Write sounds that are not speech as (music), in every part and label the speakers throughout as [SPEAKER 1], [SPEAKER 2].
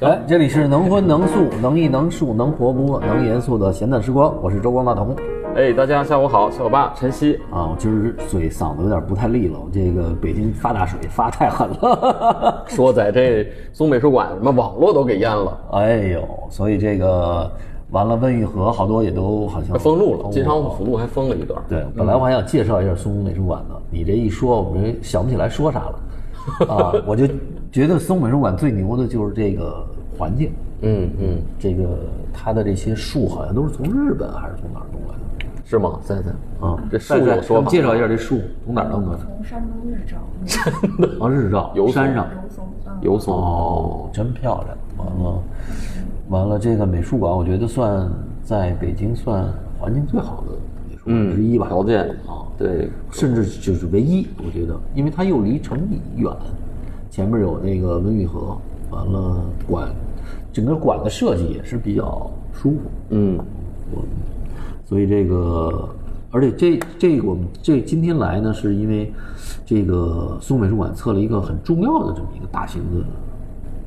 [SPEAKER 1] 来，这里是能荤能素能艺能术能活泼能严肃的闲淡时光，我是周光大同。
[SPEAKER 2] 哎，大家下午好，小伙伴晨曦。
[SPEAKER 1] 啊，我今儿嘴嗓子有点不太利落，这个北京发大水发太狠了。
[SPEAKER 2] 说在这松美术馆，什么网络都给淹了，
[SPEAKER 1] 哎呦，所以这个完了，温榆河好多也都好像
[SPEAKER 2] (laughs)
[SPEAKER 1] 哦
[SPEAKER 2] 封路了，金嗯山虎路还封了一段。
[SPEAKER 1] 对，本来我还想介绍一下松美术馆呢，你这一说，我们想不起来说啥了。啊，我就觉得松美术馆最牛的就是这个环境，
[SPEAKER 2] 嗯嗯，
[SPEAKER 1] 这个它的这些树好像都是从日本还是从哪儿弄来的
[SPEAKER 2] 是吗？三三，
[SPEAKER 1] 啊？
[SPEAKER 2] 这树
[SPEAKER 1] 再再
[SPEAKER 2] 有说
[SPEAKER 1] 咱们
[SPEAKER 2] 法
[SPEAKER 1] 介绍一下这树从哪儿弄的？
[SPEAKER 3] 从山东日照，
[SPEAKER 1] 啊，日照
[SPEAKER 2] 油
[SPEAKER 1] 山上。
[SPEAKER 3] 游松，嗯，
[SPEAKER 2] 油松
[SPEAKER 1] 哦，真漂亮！完了，完了，这个美术馆我觉得算在北京算环境最好的美术馆之一吧，
[SPEAKER 2] 嗯条件
[SPEAKER 1] 啊，
[SPEAKER 2] 对，
[SPEAKER 1] 甚至就是唯一，我觉得，因为它又离城里远，前面有那个温榆河，完了馆，整个馆的设计也是比较舒服，
[SPEAKER 2] 嗯，
[SPEAKER 1] 所以这个，而且这这个我们这今天来呢，是因为这个苏美术馆测了一个很重要的这么一个大型的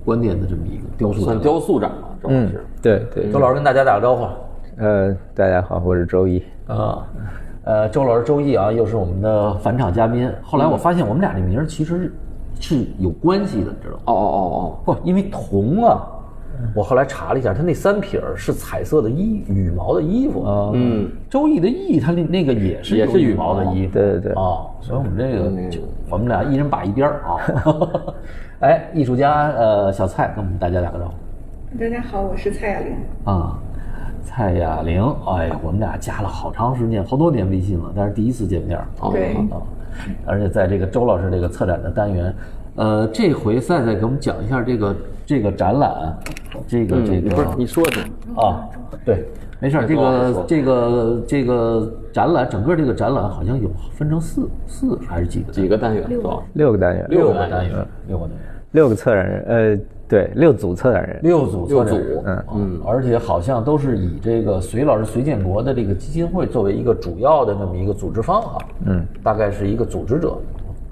[SPEAKER 1] 观念的这么一个雕塑展
[SPEAKER 2] 算
[SPEAKER 1] 览。
[SPEAKER 2] 雕塑展了，主要
[SPEAKER 4] 嗯
[SPEAKER 2] 是，
[SPEAKER 4] 对对，
[SPEAKER 1] 周老师跟大家打个招呼
[SPEAKER 4] 呃，大家好，我是周一。
[SPEAKER 1] 啊，呃，周老师周毅啊，又是我们的返场嘉宾。后来我发现我们俩这名儿其实是有关系的，你知道吗？
[SPEAKER 2] 哦哦哦
[SPEAKER 1] 不，因为铜啊，我后来查了一下，它那三撇儿是彩色的衣羽毛的衣服啊。嗯，周易的易，它那那个也是
[SPEAKER 2] 也是
[SPEAKER 1] 有羽
[SPEAKER 2] 羽
[SPEAKER 1] 毛
[SPEAKER 2] 毛
[SPEAKER 1] 的衣服。
[SPEAKER 4] 对对对
[SPEAKER 1] 啊，所以我们这个就我们俩一人把一边儿啊。 (laughs) 哎，艺术家呃，小蔡跟我们大家打个招呼
[SPEAKER 3] 大家好，我是蔡雅玲，
[SPEAKER 1] 啊。蔡雅玲，哎，我们俩加了好长时间，好多年微信了，但是第一次见面儿。
[SPEAKER 2] 哦，
[SPEAKER 3] 对
[SPEAKER 1] 啊，而且在这个周老师这个策展的单元，呃，这回赛赛给我们讲一下这个这个展览，这个这
[SPEAKER 2] 嗯，不是
[SPEAKER 1] 个
[SPEAKER 2] 你说的，
[SPEAKER 1] 啊，对，没事儿，这
[SPEAKER 2] 周老师
[SPEAKER 1] 个
[SPEAKER 2] 说
[SPEAKER 1] 这个这个展览，整个这个展览好像有分成四四还是几个
[SPEAKER 2] 几个单元是吧？
[SPEAKER 4] 六个单元，
[SPEAKER 2] 六
[SPEAKER 1] 六个单元，六个单元，
[SPEAKER 4] 六个策展人，呃，对，六组策展人。
[SPEAKER 1] 六组
[SPEAKER 2] 六
[SPEAKER 1] 策展
[SPEAKER 2] 组
[SPEAKER 1] 人嗯，而且好像都是以这个隋老师隋建国的这个基金会作为一个主要的那么一个组织方啊，嗯，大概是一个组织者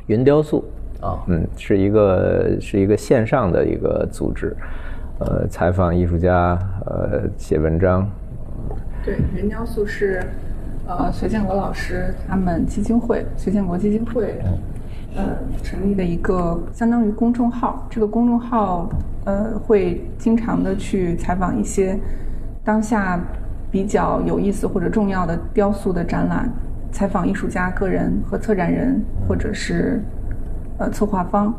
[SPEAKER 4] 云雕塑，
[SPEAKER 1] 啊，
[SPEAKER 4] 嗯，是一个是一个线上的一个组织，呃，采访艺术家，呃，写文章，
[SPEAKER 3] 对，人雕塑是，呃，隋建国老师他们基金会，隋建国基金会，呃，成立的一个相当于公众号，这个公众号，呃，会经常的去采访一些当下比较有意思或者重要的雕塑的展览，采访艺术家个人和策展人，或者是呃策划方。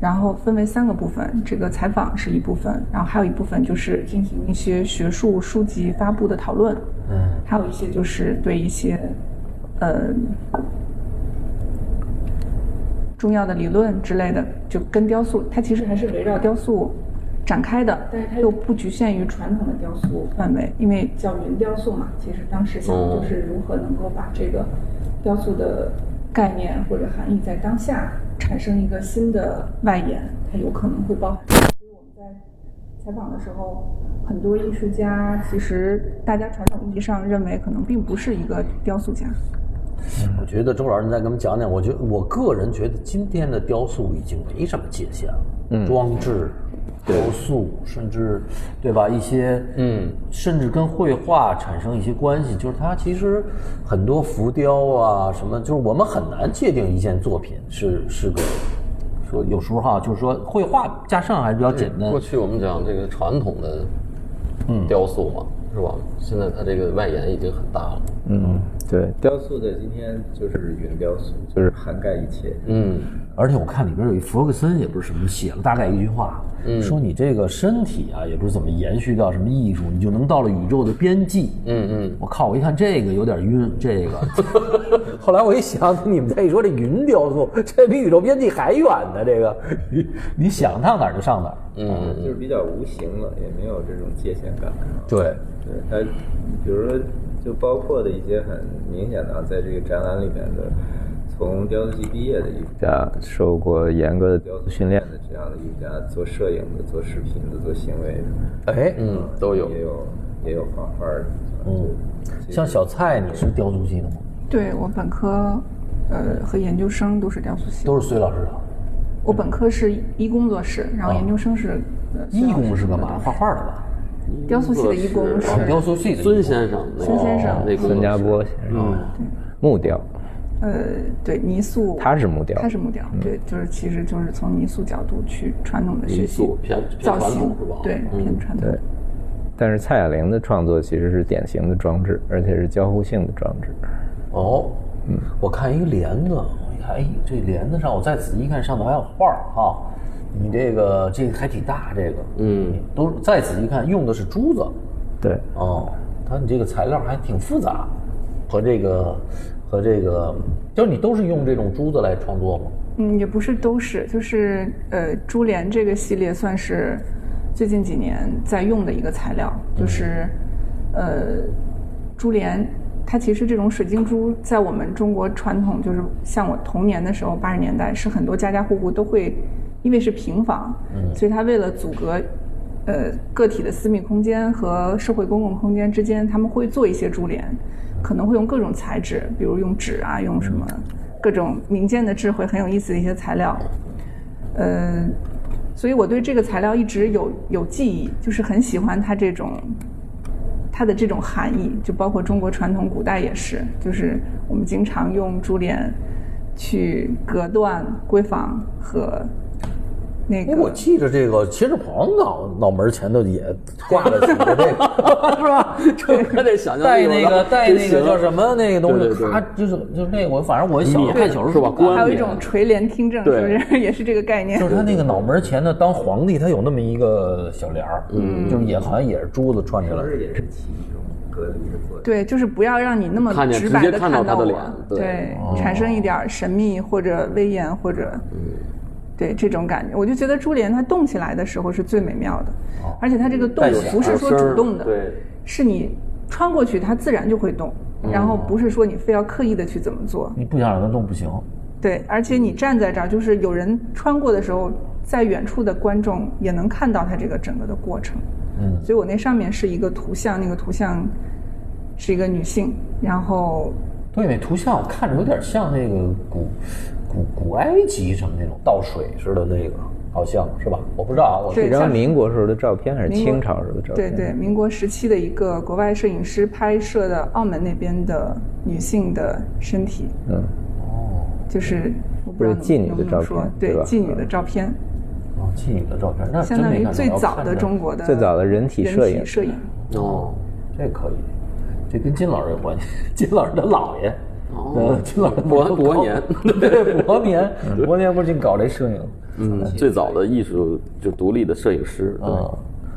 [SPEAKER 3] 然后分为三个部分，这个采访是一部分，然后还有一部分就是呃进行一些学术书籍发布的讨论，
[SPEAKER 1] 嗯，
[SPEAKER 3] 还有一些就是对一些，呃，重要的理论之类的，就跟雕塑，它其实还是围绕雕塑展开的，但是它又不局限于传统的雕塑范围，因为叫云雕塑嘛，其实当时想的就是如何能够把这个雕塑的概念或者含义在当下产生一个新的外延，它有可能会包含。所以我们在采访的时候，很多艺术家其实大家传统意义上认为可能并不是一个雕塑家，
[SPEAKER 1] 我觉得周老师，你再给我们讲讲。我觉得我个人觉得今天的雕塑已经没什么界限了，装置、雕塑，甚至对吧？一些嗯，甚至跟绘画产生一些关系，就是它其实很多浮雕啊什么，就是我们很难界定一件作品是是个。说有时候哈，就是说绘画加上还比较简单
[SPEAKER 2] 过，去我们讲这个传统的雕塑嘛，是吧？现在它这个外延已经很大了，
[SPEAKER 4] 嗯，对，雕塑在今天就是云雕塑，就是涵盖一切。
[SPEAKER 2] 嗯，
[SPEAKER 1] 而且我看里边有一弗格森，也不是什么写了大概一句话，说你这个身体啊，也不是怎么延续到什么艺术，你就能到了宇宙的边际。
[SPEAKER 2] 嗯嗯，
[SPEAKER 1] 我靠！我一看这个有点晕，这个。 (laughs) 后来我一想，你们再一说这云雕塑，这比宇宙边际还远呢。这个，你你想到哪儿就上哪儿。
[SPEAKER 2] 嗯，
[SPEAKER 5] 就是比较无形了，也没有这种界限感。
[SPEAKER 1] 对，
[SPEAKER 5] 对它，比如说就包括的一些很明显的啊，在这个展览里面的，从雕塑系毕业的艺术
[SPEAKER 4] 家受过严格的雕
[SPEAKER 5] 雕
[SPEAKER 4] 塑
[SPEAKER 5] 塑
[SPEAKER 4] 训练
[SPEAKER 5] 的这样的艺术家，做摄影的、做视频的、做行为的，
[SPEAKER 1] 哎，
[SPEAKER 2] 嗯，都有，
[SPEAKER 5] 也有也有画画的。
[SPEAKER 1] 嗯，像小蔡，你是雕塑系的吗？
[SPEAKER 3] 对我本科，呃和研究生都是雕塑系，
[SPEAKER 1] 都是隋老师啊。
[SPEAKER 3] 我本科是一工作室，然后研究生是呃
[SPEAKER 1] 义工是干嘛？画画的吧？
[SPEAKER 3] 雕塑系的义工是
[SPEAKER 1] 雕塑系的义工
[SPEAKER 2] 孙先生，那个
[SPEAKER 3] 孙先生
[SPEAKER 2] 哦那个
[SPEAKER 4] 孙家波先生，
[SPEAKER 2] 嗯
[SPEAKER 4] 木雕，
[SPEAKER 3] 呃，对泥塑，
[SPEAKER 4] 他是木雕
[SPEAKER 3] 他是木
[SPEAKER 1] 嗯
[SPEAKER 3] 雕，对，就是其实就是从泥塑角度去传统的学
[SPEAKER 2] 民
[SPEAKER 3] 习
[SPEAKER 2] 宿偏偏
[SPEAKER 3] 造
[SPEAKER 2] 传
[SPEAKER 3] 型
[SPEAKER 2] 统是吧？，嗯
[SPEAKER 3] 对，偏传统
[SPEAKER 4] 对。但是蔡雅玲的创作其实是典型的装置，而且是交互性的装置。
[SPEAKER 1] 哦，我看一个帘子，我一看，哎，这帘子上我再仔细一看，上头还有画儿哈。你这个这个还挺大，这个
[SPEAKER 2] 嗯，
[SPEAKER 1] 都再仔细看，用的是珠子
[SPEAKER 4] 对，
[SPEAKER 1] 哦。它你这个材料还挺复杂，和这个和这个，就是你都是用这种珠子来创作吗？
[SPEAKER 3] 嗯，也不是都是，就是呃，珠帘这个系列算是最近几年在用的一个材料，就是、呃，珠帘它其实这种水晶珠在我们中国传统，就是像我童年的时候，八十年代是很多家家户户都会，因为是平房，所以它为了阻隔。呃，个体的私密空间和社会公共空间之间，他们会做一些珠帘，可能会用各种材质，比如用纸啊，用什么各种民间的智慧很有意思的一些材料。呃，所以我对这个材料一直有有记忆，就是很喜欢它这种它的这种含义，就包括中国传统古代也是，就是我们经常用珠帘去隔断闺房和那
[SPEAKER 1] 哎，我
[SPEAKER 3] 个。
[SPEAKER 1] 记着这个秦始皇脑脑门前头也挂着几个这个，是吧？
[SPEAKER 2] (laughs) 还得想象
[SPEAKER 1] 戴
[SPEAKER 2] 力
[SPEAKER 1] 那
[SPEAKER 2] 我
[SPEAKER 1] 个
[SPEAKER 2] 操
[SPEAKER 1] 戴
[SPEAKER 2] 真
[SPEAKER 1] 那个
[SPEAKER 2] 行
[SPEAKER 1] 叫什么那个东
[SPEAKER 2] 对
[SPEAKER 1] 西，
[SPEAKER 2] 对对
[SPEAKER 1] 咔，就是就是那我反正我小时候
[SPEAKER 2] 免
[SPEAKER 1] 看小说
[SPEAKER 2] 是吧关
[SPEAKER 3] 还有一种垂帘听政，
[SPEAKER 2] 对
[SPEAKER 3] 是不是也是这个概念
[SPEAKER 1] 就？是他那个脑门前的当皇帝，他有那么一个小帘儿，嗯，就是也好像也是珠子串起
[SPEAKER 5] 是
[SPEAKER 1] 来
[SPEAKER 5] 不
[SPEAKER 1] 的。
[SPEAKER 5] 是也是起一种隔离的作用？
[SPEAKER 3] 对，就是不要让你那么
[SPEAKER 2] 看见
[SPEAKER 3] 直白
[SPEAKER 2] 直接
[SPEAKER 3] 的
[SPEAKER 2] 看到他的
[SPEAKER 3] 我
[SPEAKER 2] 脸对
[SPEAKER 3] 对，产生一点儿神秘或者威严或者，
[SPEAKER 2] 嗯
[SPEAKER 3] 对这种感觉，我就觉得珠帘它动起来的时候是最美妙的，
[SPEAKER 2] 哦
[SPEAKER 3] 而且它这个动
[SPEAKER 1] 带
[SPEAKER 3] 不是说
[SPEAKER 2] 小声
[SPEAKER 3] 主
[SPEAKER 2] 儿
[SPEAKER 3] 动的，
[SPEAKER 2] 对，嗯
[SPEAKER 3] 是你穿过去它自然就会动，然后不是说你非要刻意的去怎么做，
[SPEAKER 1] 你不想让它动不行，
[SPEAKER 3] 对，而且你站在这儿，就是有人穿过的时候，在远处的观众也能看到它这个整个的过程。嗯，所以我那上面是一个图像，那个图像是一个女性，然后
[SPEAKER 1] 对，那图像我看着有点像那个古古古埃及什么那种倒水似的那个，好像是吧？我不知道啊，我
[SPEAKER 4] 这
[SPEAKER 3] 对
[SPEAKER 4] 哦张
[SPEAKER 3] 像
[SPEAKER 4] 民国时候的照片还是
[SPEAKER 3] 民国
[SPEAKER 4] 清朝时候的照
[SPEAKER 3] 对
[SPEAKER 4] 片？
[SPEAKER 3] 对，民国时期的一个国外摄影师拍摄的澳门那边的女性的身体，
[SPEAKER 4] 嗯，
[SPEAKER 3] 就是我不知道
[SPEAKER 4] 就是妓女
[SPEAKER 3] 能能
[SPEAKER 4] 的
[SPEAKER 3] 不能
[SPEAKER 4] 照片
[SPEAKER 3] 说，
[SPEAKER 4] 对
[SPEAKER 3] 对
[SPEAKER 4] 吧嗯
[SPEAKER 3] 妓女的照片，
[SPEAKER 1] 哦，妓女的照片，那
[SPEAKER 3] 相
[SPEAKER 1] 真
[SPEAKER 3] 当
[SPEAKER 1] 没
[SPEAKER 3] 于
[SPEAKER 1] 看出来
[SPEAKER 3] 最
[SPEAKER 1] 我
[SPEAKER 3] 早
[SPEAKER 1] 看
[SPEAKER 3] 的
[SPEAKER 1] 着
[SPEAKER 3] 中国的
[SPEAKER 4] 最早的人体摄影
[SPEAKER 3] 人体摄影。
[SPEAKER 2] 哦，
[SPEAKER 1] 这可以，这跟金老师有关系。 (laughs) 金老师的姥爷，
[SPEAKER 2] 哦
[SPEAKER 1] 呃金老师
[SPEAKER 2] 伯伯年
[SPEAKER 1] (laughs) 对，伯年，嗯伯年不是净搞这摄影，
[SPEAKER 2] 嗯，最早的艺术就独立的摄影师，对
[SPEAKER 1] 啊，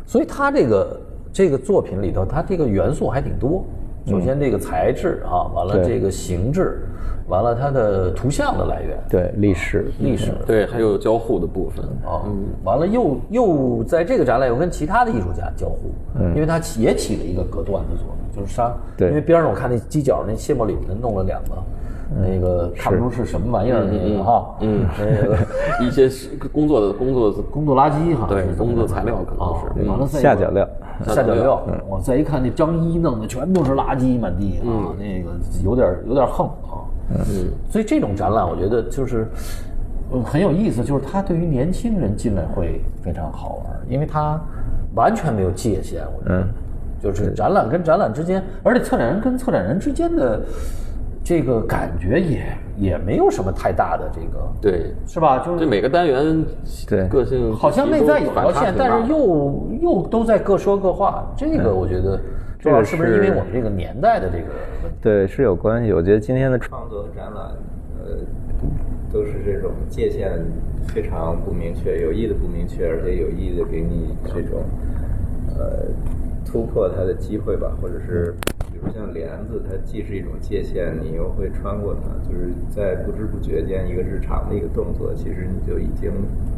[SPEAKER 1] 所以他这个这个作品里头，他这个元素还挺多。
[SPEAKER 2] 嗯
[SPEAKER 1] 首先这个材质啊，完了
[SPEAKER 4] 对
[SPEAKER 1] 这个形制，完了它的图像的来源，
[SPEAKER 4] 对，历史，
[SPEAKER 1] 历史
[SPEAKER 2] 对，还有交互的部分，
[SPEAKER 1] 啊，完了又又在这个展览又跟其他的艺术家交互，因为它起也起了一个隔断的作用，就是它，
[SPEAKER 4] 对
[SPEAKER 1] 因为边上我看那犄角那谢幕里头弄了两个。那个看不出是什么玩意儿，那个哈，嗯，那个
[SPEAKER 2] 一些是工作的工作的
[SPEAKER 1] 工作垃圾哈，
[SPEAKER 2] 对
[SPEAKER 1] 是
[SPEAKER 2] 工作材料可能是
[SPEAKER 1] 啊完了再一
[SPEAKER 4] 下
[SPEAKER 1] 个
[SPEAKER 4] 脚料，
[SPEAKER 1] 下脚料，我再一看那张一弄的全都是垃圾满地啊，那个有点有点横啊。嗯，所以这种展览我觉得就是呃很有意思，就是它对于年轻人进来会非常好玩，因为它完全没有界限，我觉得。就是展览跟展览之间，而且策展人跟策展人之间的这个感觉也也没有什么太大的这个，
[SPEAKER 2] 对，
[SPEAKER 1] 是吧？就是
[SPEAKER 2] 这每个单元
[SPEAKER 4] 对
[SPEAKER 2] 个性
[SPEAKER 1] 好像内在有条线，但是
[SPEAKER 2] 又
[SPEAKER 1] 又又都在各说各话，这个我觉得，嗯这
[SPEAKER 4] 这个
[SPEAKER 1] 是不是因为
[SPEAKER 4] 是
[SPEAKER 1] 我们这个年代的这个问题？
[SPEAKER 4] 对，是有关系。我觉得今天的创
[SPEAKER 5] 创作和展览，呃，都是这种界限非常不明确，有意的不明确，而且有意的给你这种呃突破它的机会吧，或者是比如像帘子，它既是一种界限，你又会穿过它，就是在不知不觉间一个日常的一个动作，其实你就已经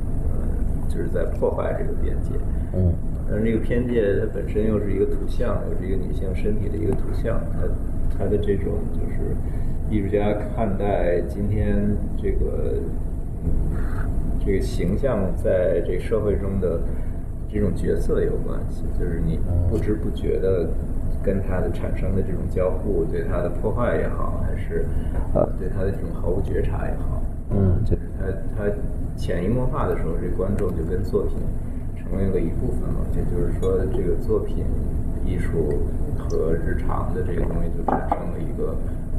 [SPEAKER 5] 呃就是在破坏这个边界。
[SPEAKER 1] 嗯，
[SPEAKER 5] 但是这个偏见它本身又是一个图像，又是一个女性身体的一个图像，它它的这种就是艺术家看待今天这个嗯这个形象在这个社会中的这种角色有关系，就是你不知不觉的跟它的产生的这种交互，对它的破坏也好，还是呃对它的这种毫无觉察也好，
[SPEAKER 1] 嗯，
[SPEAKER 5] 就是他他潜移默化的时候，这观众就跟作品产成为了一部分了。也就是说，这个作品艺术和日常的这个东西就产生了一个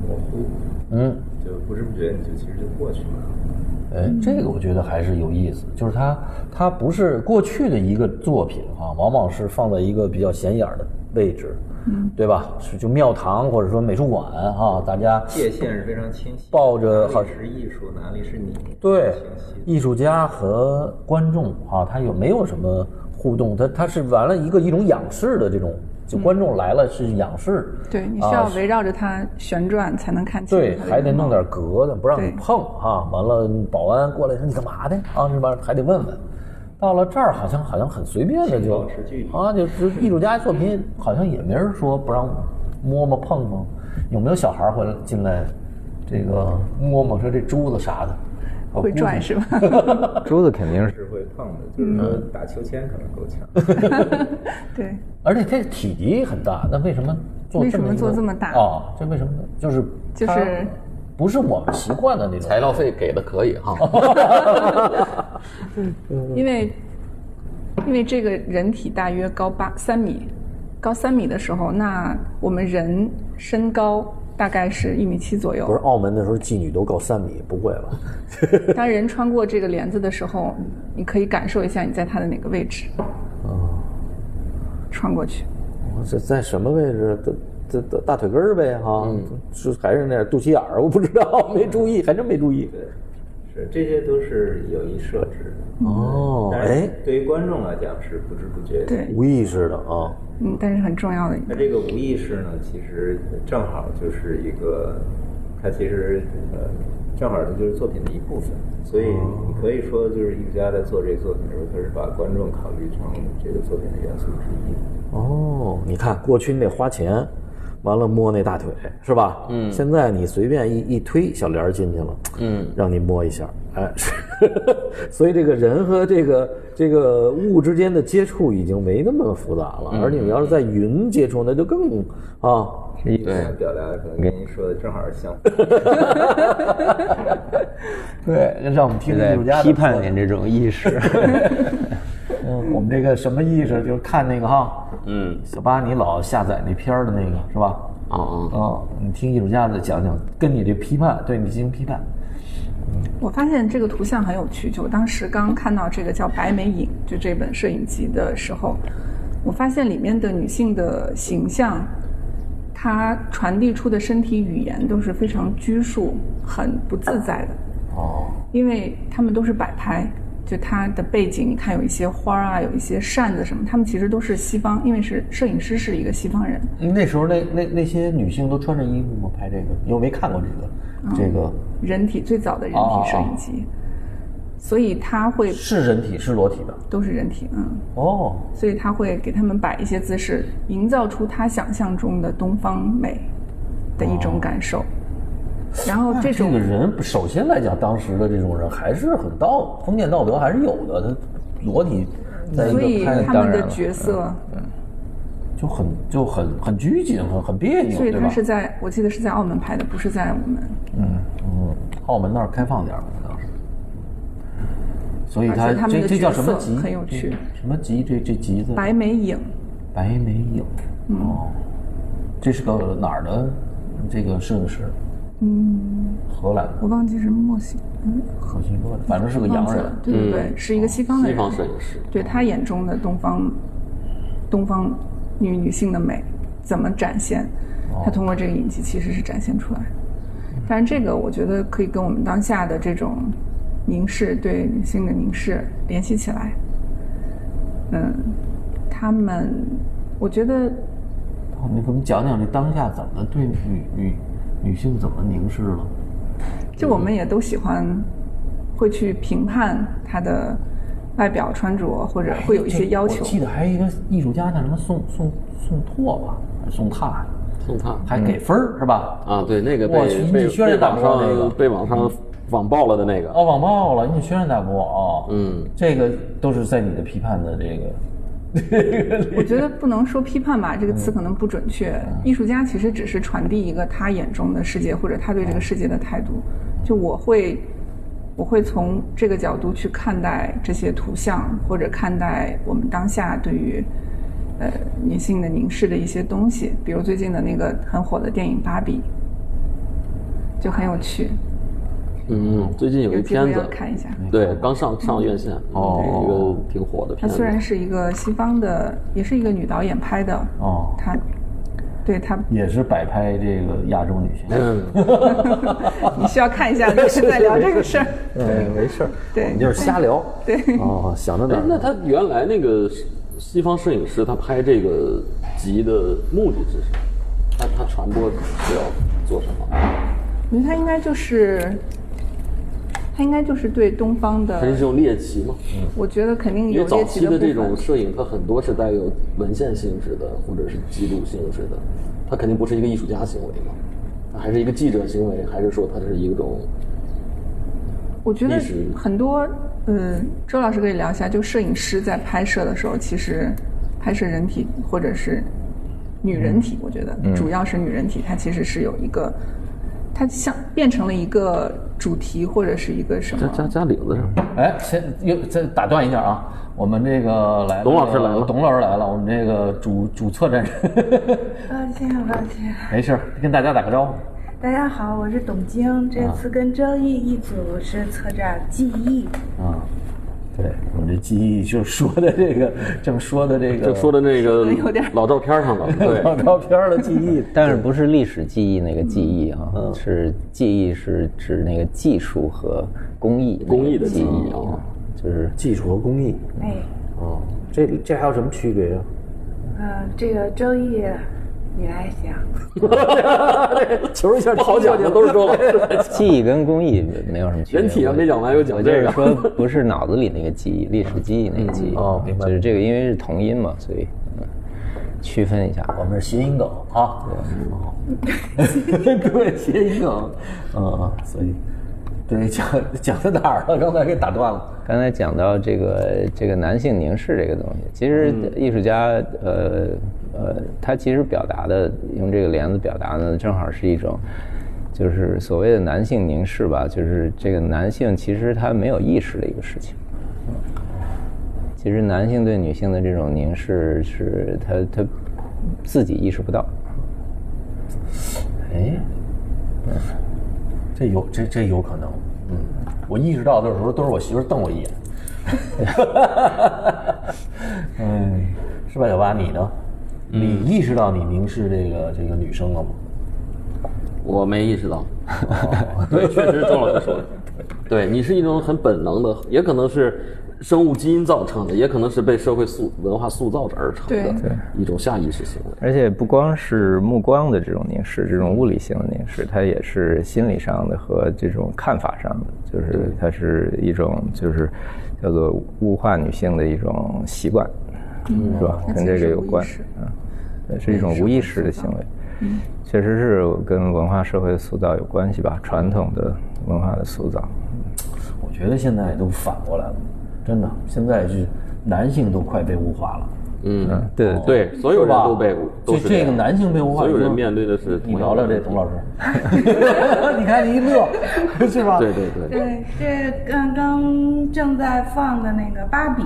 [SPEAKER 5] 模糊，
[SPEAKER 1] 嗯，
[SPEAKER 5] 就不知不觉你就其实就过去了。
[SPEAKER 1] 哎，这个我觉得还是有意思，就是它它不是过去的一个作品啊，往往是放在一个比较显眼儿的位置，对吧？是就庙堂或者说美术馆啊，大家
[SPEAKER 5] 界限是非常清晰的，
[SPEAKER 1] 抱着
[SPEAKER 5] 哪
[SPEAKER 1] 好
[SPEAKER 5] 里是艺术，哪里是你，
[SPEAKER 1] 对
[SPEAKER 5] 清晰的。
[SPEAKER 1] 艺术家和观众啊，他有没有什么互动？他他是完了一个一种仰视的这种，就观众来了是仰视，
[SPEAKER 3] 对你
[SPEAKER 1] 啊
[SPEAKER 3] 需要
[SPEAKER 1] 是
[SPEAKER 3] 围绕着它旋转才能看清。
[SPEAKER 1] 对，还得弄点。格子，不让你
[SPEAKER 3] 对
[SPEAKER 1] 碰啊。完了，保安过来说你干嘛的啊？这边还得问问。到了这儿好像好像很随便的就
[SPEAKER 5] 保持距离
[SPEAKER 1] 啊，就是艺术家作品好像也没人说不让摸摸碰碰，有没有小孩儿回来进来这个摸摸说这珠子啥的？我
[SPEAKER 3] 会
[SPEAKER 1] 估
[SPEAKER 3] 转
[SPEAKER 1] 计 (laughs)
[SPEAKER 3] 是吧？
[SPEAKER 4] 珠子肯定是
[SPEAKER 5] 是会碰的，就是说打秋千可能够呛。
[SPEAKER 3] 对，
[SPEAKER 1] 而且这个体积很大，那为什么做
[SPEAKER 3] 为
[SPEAKER 1] 这么
[SPEAKER 3] 什么
[SPEAKER 1] 一
[SPEAKER 3] 做
[SPEAKER 1] 个
[SPEAKER 3] 这么大
[SPEAKER 1] 啊？这为什么呢？就是
[SPEAKER 3] 就
[SPEAKER 1] 它
[SPEAKER 3] 是
[SPEAKER 1] 不是我们习惯的那种
[SPEAKER 2] 材料费给的可
[SPEAKER 1] (laughs)
[SPEAKER 2] 以哈，
[SPEAKER 3] 因为因为这个人体大约高八三米，高三米的时候，那我们人身高大概是一米七左右。
[SPEAKER 1] 不是澳门那时候妓女都高三米，不会吧？
[SPEAKER 3] (laughs) 当人穿过这个帘子的时候，你可以感受一下你在它的哪个位置。哦，穿过去，
[SPEAKER 1] 这在什么位置？这这大腿根儿呗，哈、是还是那样肚脐眼儿？我不知道，没注意，还真没注意。
[SPEAKER 5] 对，是这些都是有意设置的。
[SPEAKER 1] 哦，
[SPEAKER 5] 但
[SPEAKER 1] 哎
[SPEAKER 5] 是，对于观众来讲是不知不觉的。
[SPEAKER 3] 对，
[SPEAKER 1] 无意识的啊，
[SPEAKER 3] 嗯，但是很重要的一
[SPEAKER 5] 那
[SPEAKER 3] 个，
[SPEAKER 5] 这个无意识呢，其实正好就是一个，它其实呃，正好它就是作品的一部分，所以
[SPEAKER 2] 哦
[SPEAKER 5] 你可以说就是艺术家在做这个作品的时候，他是把观众考虑成这个作品的元素之一。
[SPEAKER 1] 哦，你看过去你得花钱，完了摸那大腿是吧？嗯，现在你随便一一推小帘儿进去了，嗯，让你摸一下，哎， (laughs) 是所以这个人和这个这个物之间的接触已经没那么复杂了，而且你要是在云接触，那就更啊。
[SPEAKER 5] 这一般表达可能跟您说的正好是相反。
[SPEAKER 1] 对，让我们听
[SPEAKER 4] 是在批判您这种意识。
[SPEAKER 1] 嗯，我们这个什么意识？就是看那个哈，
[SPEAKER 2] 嗯，
[SPEAKER 1] 小八你老下载那片儿的那个是吧？
[SPEAKER 2] 啊啊，
[SPEAKER 1] 哦，你听艺术家的讲讲，跟你这批判，对你进行批判。
[SPEAKER 3] 我发现这个图像很有趣。就我当时刚看到这个叫《白眉影》就这本摄影集的时候，我发现里面的女性的形象，她传递出的身体语言都是非常拘束、很不自在的。
[SPEAKER 1] 哦，
[SPEAKER 3] 因为他们都是摆拍，就它的背景，你看有一些花儿啊，有一些扇子什么，他们其实都是西方，因为是摄影师是一个西方人，
[SPEAKER 1] 那时候那那那些女性都穿着衣服吗？拍这个，因为我没看过这个，
[SPEAKER 3] 嗯
[SPEAKER 1] 这个
[SPEAKER 3] 人体最早的人体摄影集，所以他会
[SPEAKER 1] 是人体是裸体的。
[SPEAKER 3] 都是人体，嗯，
[SPEAKER 1] 哦，
[SPEAKER 3] 所以他会给他们摆一些姿势，营造出他想象中的东方美的一种感受。
[SPEAKER 1] 哦
[SPEAKER 3] 然后这
[SPEAKER 1] 这
[SPEAKER 3] 种
[SPEAKER 1] 个人首先来讲，当时的这种人还是很道封建道德还是有的，他裸体在一
[SPEAKER 3] 所以
[SPEAKER 1] 个拍
[SPEAKER 3] 他们的角色，
[SPEAKER 1] 嗯就很就很很拘谨，很很别扭，
[SPEAKER 3] 所以
[SPEAKER 1] 对
[SPEAKER 3] 他
[SPEAKER 1] 吧？
[SPEAKER 3] 是在我记得是在澳门拍的，不是在我们。
[SPEAKER 1] 嗯，澳门那儿开放点儿嘛，当时。所以
[SPEAKER 3] 而
[SPEAKER 1] 他
[SPEAKER 3] 且他们
[SPEAKER 1] 这
[SPEAKER 3] 的
[SPEAKER 1] 这叫什么
[SPEAKER 3] 角色
[SPEAKER 1] 集？
[SPEAKER 3] 很有趣
[SPEAKER 1] 这。什么集？这这集子？
[SPEAKER 3] 白眉影，
[SPEAKER 1] 白眉影。哦，这是个哪儿的这个摄影师？嗯，荷兰的，
[SPEAKER 3] 我忘记是墨西，嗯，
[SPEAKER 1] 可惜多了，反正是个
[SPEAKER 3] 忘
[SPEAKER 1] 洋
[SPEAKER 3] 记
[SPEAKER 1] 人嗯
[SPEAKER 3] 了，。对对对，是一个西方的
[SPEAKER 2] 西
[SPEAKER 3] 人，
[SPEAKER 2] 方摄影师，
[SPEAKER 3] 对他眼中的东方，东方女女性的美怎么展现？
[SPEAKER 1] 哦
[SPEAKER 3] 他通过这个影集其实是展现出来的。但是这个我觉得可以跟我们当下的这种凝视对女性的凝视联系起来。嗯，他们，我觉得
[SPEAKER 1] 哦你给我们讲讲这当下怎么对女女女性怎么凝视了？
[SPEAKER 3] 就我们也都喜欢会去评判她的外表穿着，或者会有一
[SPEAKER 1] 这
[SPEAKER 3] 些要
[SPEAKER 1] 我
[SPEAKER 3] 求。
[SPEAKER 1] 记得还有一个艺术家叫什么宋宋宋拓吧，还是宋拓，啊
[SPEAKER 2] 宋拓
[SPEAKER 1] 还给分儿是吧？
[SPEAKER 2] 啊，对，那个
[SPEAKER 1] 我
[SPEAKER 2] 被
[SPEAKER 1] 去你
[SPEAKER 2] 被
[SPEAKER 1] 居然
[SPEAKER 2] 被网
[SPEAKER 1] 打过那个
[SPEAKER 2] 上被网上网爆了的那个，
[SPEAKER 1] 哦，网爆了，你轩然大波啊！
[SPEAKER 2] 嗯，
[SPEAKER 1] 这个都是在你的批判的这个，
[SPEAKER 3] 我觉得不能说批判吧，这个词可能不准确。艺术家其实只是传递一个他眼中的世界，或者他对这个世界的态度。就我会我会从这个角度去看待这些图像，或者看待我们当下对于呃女性的凝视的一些东西，比如最近的那个很火的电影《芭比》，就很有趣。
[SPEAKER 2] 嗯，最近有一
[SPEAKER 3] 有机会
[SPEAKER 2] 片子
[SPEAKER 3] 要，看一下。
[SPEAKER 2] 对，刚上上院线，
[SPEAKER 4] 哦
[SPEAKER 2] 一个挺火的
[SPEAKER 3] 它
[SPEAKER 2] 片子。
[SPEAKER 3] 啊虽然是一个西方的，也是一个女导演拍的，
[SPEAKER 1] 哦，
[SPEAKER 3] 她对她，
[SPEAKER 1] 也是摆拍这个亚洲女性。
[SPEAKER 2] 嗯，
[SPEAKER 3] 你需要看一下，就是在聊这个事儿。
[SPEAKER 4] 嗯，没事儿，
[SPEAKER 3] 对
[SPEAKER 4] 你就是瞎聊。
[SPEAKER 3] 对，
[SPEAKER 1] 哦，想到哪
[SPEAKER 2] 哎
[SPEAKER 1] 儿，
[SPEAKER 2] 那
[SPEAKER 1] 了？
[SPEAKER 2] 他原来那个西方摄影师，他拍这个集的目的是什么？他他传播是要做什么？
[SPEAKER 3] 我觉得她应该就是，她应该就是对东方
[SPEAKER 2] 他是
[SPEAKER 3] 的，
[SPEAKER 2] 这种猎奇吗？
[SPEAKER 3] 我觉得肯定
[SPEAKER 2] 因为
[SPEAKER 3] 有
[SPEAKER 2] 早
[SPEAKER 3] 猎
[SPEAKER 2] 期
[SPEAKER 3] 奇部
[SPEAKER 2] 的这
[SPEAKER 3] 分
[SPEAKER 2] 种。摄影，它很多是带有文献性质的，或者是记录性质的，它肯定不是一个艺术家行为嘛，它还是一个记者行为，还是说它是一种
[SPEAKER 3] 我觉得
[SPEAKER 2] 历史
[SPEAKER 3] 很多，呃，周老师可以聊一下，就摄影师在拍摄的时候，其实拍摄人体或者是女人体，我觉得、主要是女人体，它其实是有一个，它像变成了一个主题或者是一个什么。
[SPEAKER 2] 加领子上？
[SPEAKER 1] 哎，先又再打断一下啊，我们这个来了
[SPEAKER 2] 董老师来了
[SPEAKER 1] 董老师来了，我们这个主主策展人， (laughs)
[SPEAKER 6] 抱歉，抱歉。
[SPEAKER 1] 没事儿，跟大家打个招呼。
[SPEAKER 6] 大家好，我是董晶，这次跟周易一组是策展记忆。
[SPEAKER 1] 啊，对我们这记忆就说的这个，正说的这个，
[SPEAKER 2] 就说的那个
[SPEAKER 3] 有点儿
[SPEAKER 2] 老照片上了，
[SPEAKER 1] 老
[SPEAKER 2] 对，
[SPEAKER 3] (laughs)
[SPEAKER 1] 照片的记忆，
[SPEAKER 4] (laughs) 但是不是历史记忆那个记忆啊，
[SPEAKER 2] 嗯
[SPEAKER 4] 是记忆是指那个技术和工艺那个
[SPEAKER 2] 工艺的
[SPEAKER 4] 记
[SPEAKER 2] 记忆
[SPEAKER 4] 忆
[SPEAKER 2] 啊
[SPEAKER 4] 啊，
[SPEAKER 2] (laughs)
[SPEAKER 4] 就是
[SPEAKER 1] 技术和工艺
[SPEAKER 6] 哎，
[SPEAKER 1] 啊，这这还有什么区别啊呀、
[SPEAKER 6] 嗯、这个周易，你来讲。
[SPEAKER 1] 求一下，
[SPEAKER 2] 不好讲的都是周老师，
[SPEAKER 4] 记忆跟工艺没有什么区别。
[SPEAKER 2] 人体啊
[SPEAKER 4] 我
[SPEAKER 2] 没讲完又讲
[SPEAKER 4] 我就
[SPEAKER 2] 这
[SPEAKER 4] 是
[SPEAKER 2] 个
[SPEAKER 4] 说不是脑子里那个记忆，历史记忆那个记忆。
[SPEAKER 1] 哦明白
[SPEAKER 4] 就是这个，因为是同音嘛，所以嗯，区分一下。
[SPEAKER 1] 我们是谐音梗啊，对，谐音梗，嗯，所以对讲讲到哪儿了？刚才给打断了。
[SPEAKER 4] 刚才讲到这个这个男性凝视这个东西，其实艺术家、呃呃，他其实表达的用这个帘子表达呢，正好是一种，就是所谓的男性凝视吧，就是这个男性其实他没有意识的一个事情。其实男性对女性的这种凝视是他他自己意识不到，
[SPEAKER 1] 哎，这有这这有可能，嗯，我意识到的时候都是我媳妇儿瞪我一眼， (laughs) 嗯，是吧，小八？你呢？你意识到你凝视这个这个女生了吗？
[SPEAKER 2] 我没意识到，
[SPEAKER 1] 哦
[SPEAKER 2] 对，确实是周老师说的， (laughs) 对你是一种很本能的，也可能是生物基因造成的，也可能是被社会塑文化塑造而成
[SPEAKER 3] 对
[SPEAKER 2] 的一种下意识行为。
[SPEAKER 4] 而且不光是目光的这种凝视，这
[SPEAKER 3] 嗯
[SPEAKER 4] 种物理性的凝视，它也是心理上的和这种看法上的，就是它是一种就是叫做物化女性的一种习惯，是吧？
[SPEAKER 3] 嗯哦那
[SPEAKER 4] 跟
[SPEAKER 3] 其实
[SPEAKER 4] 这个
[SPEAKER 3] 是
[SPEAKER 4] 有
[SPEAKER 3] 无意
[SPEAKER 4] 关
[SPEAKER 3] 识，
[SPEAKER 4] 嗯，对是一种无意识的行为，
[SPEAKER 3] 嗯
[SPEAKER 4] 确实是跟文化社会塑造有关系吧，传统的文化的塑造。
[SPEAKER 1] 我觉得现在都反过来了，真的，现在是男性都快被物化了，
[SPEAKER 2] 嗯，
[SPEAKER 4] 对
[SPEAKER 3] 哦
[SPEAKER 2] 对，所有
[SPEAKER 1] 是
[SPEAKER 2] 人
[SPEAKER 1] 吧
[SPEAKER 2] 都被都
[SPEAKER 1] 就是这
[SPEAKER 2] 样
[SPEAKER 1] 个男性被物化，
[SPEAKER 2] 所有人
[SPEAKER 1] 你说
[SPEAKER 2] 面对的是
[SPEAKER 1] 你
[SPEAKER 2] 同
[SPEAKER 1] 聊
[SPEAKER 2] 样
[SPEAKER 1] 聊
[SPEAKER 2] 的
[SPEAKER 1] 这
[SPEAKER 2] 问题
[SPEAKER 1] 董老师， (laughs) 你看你一乐， (laughs) 是吧？
[SPEAKER 2] 对对对，
[SPEAKER 6] 对，这刚刚正在放的那个芭比，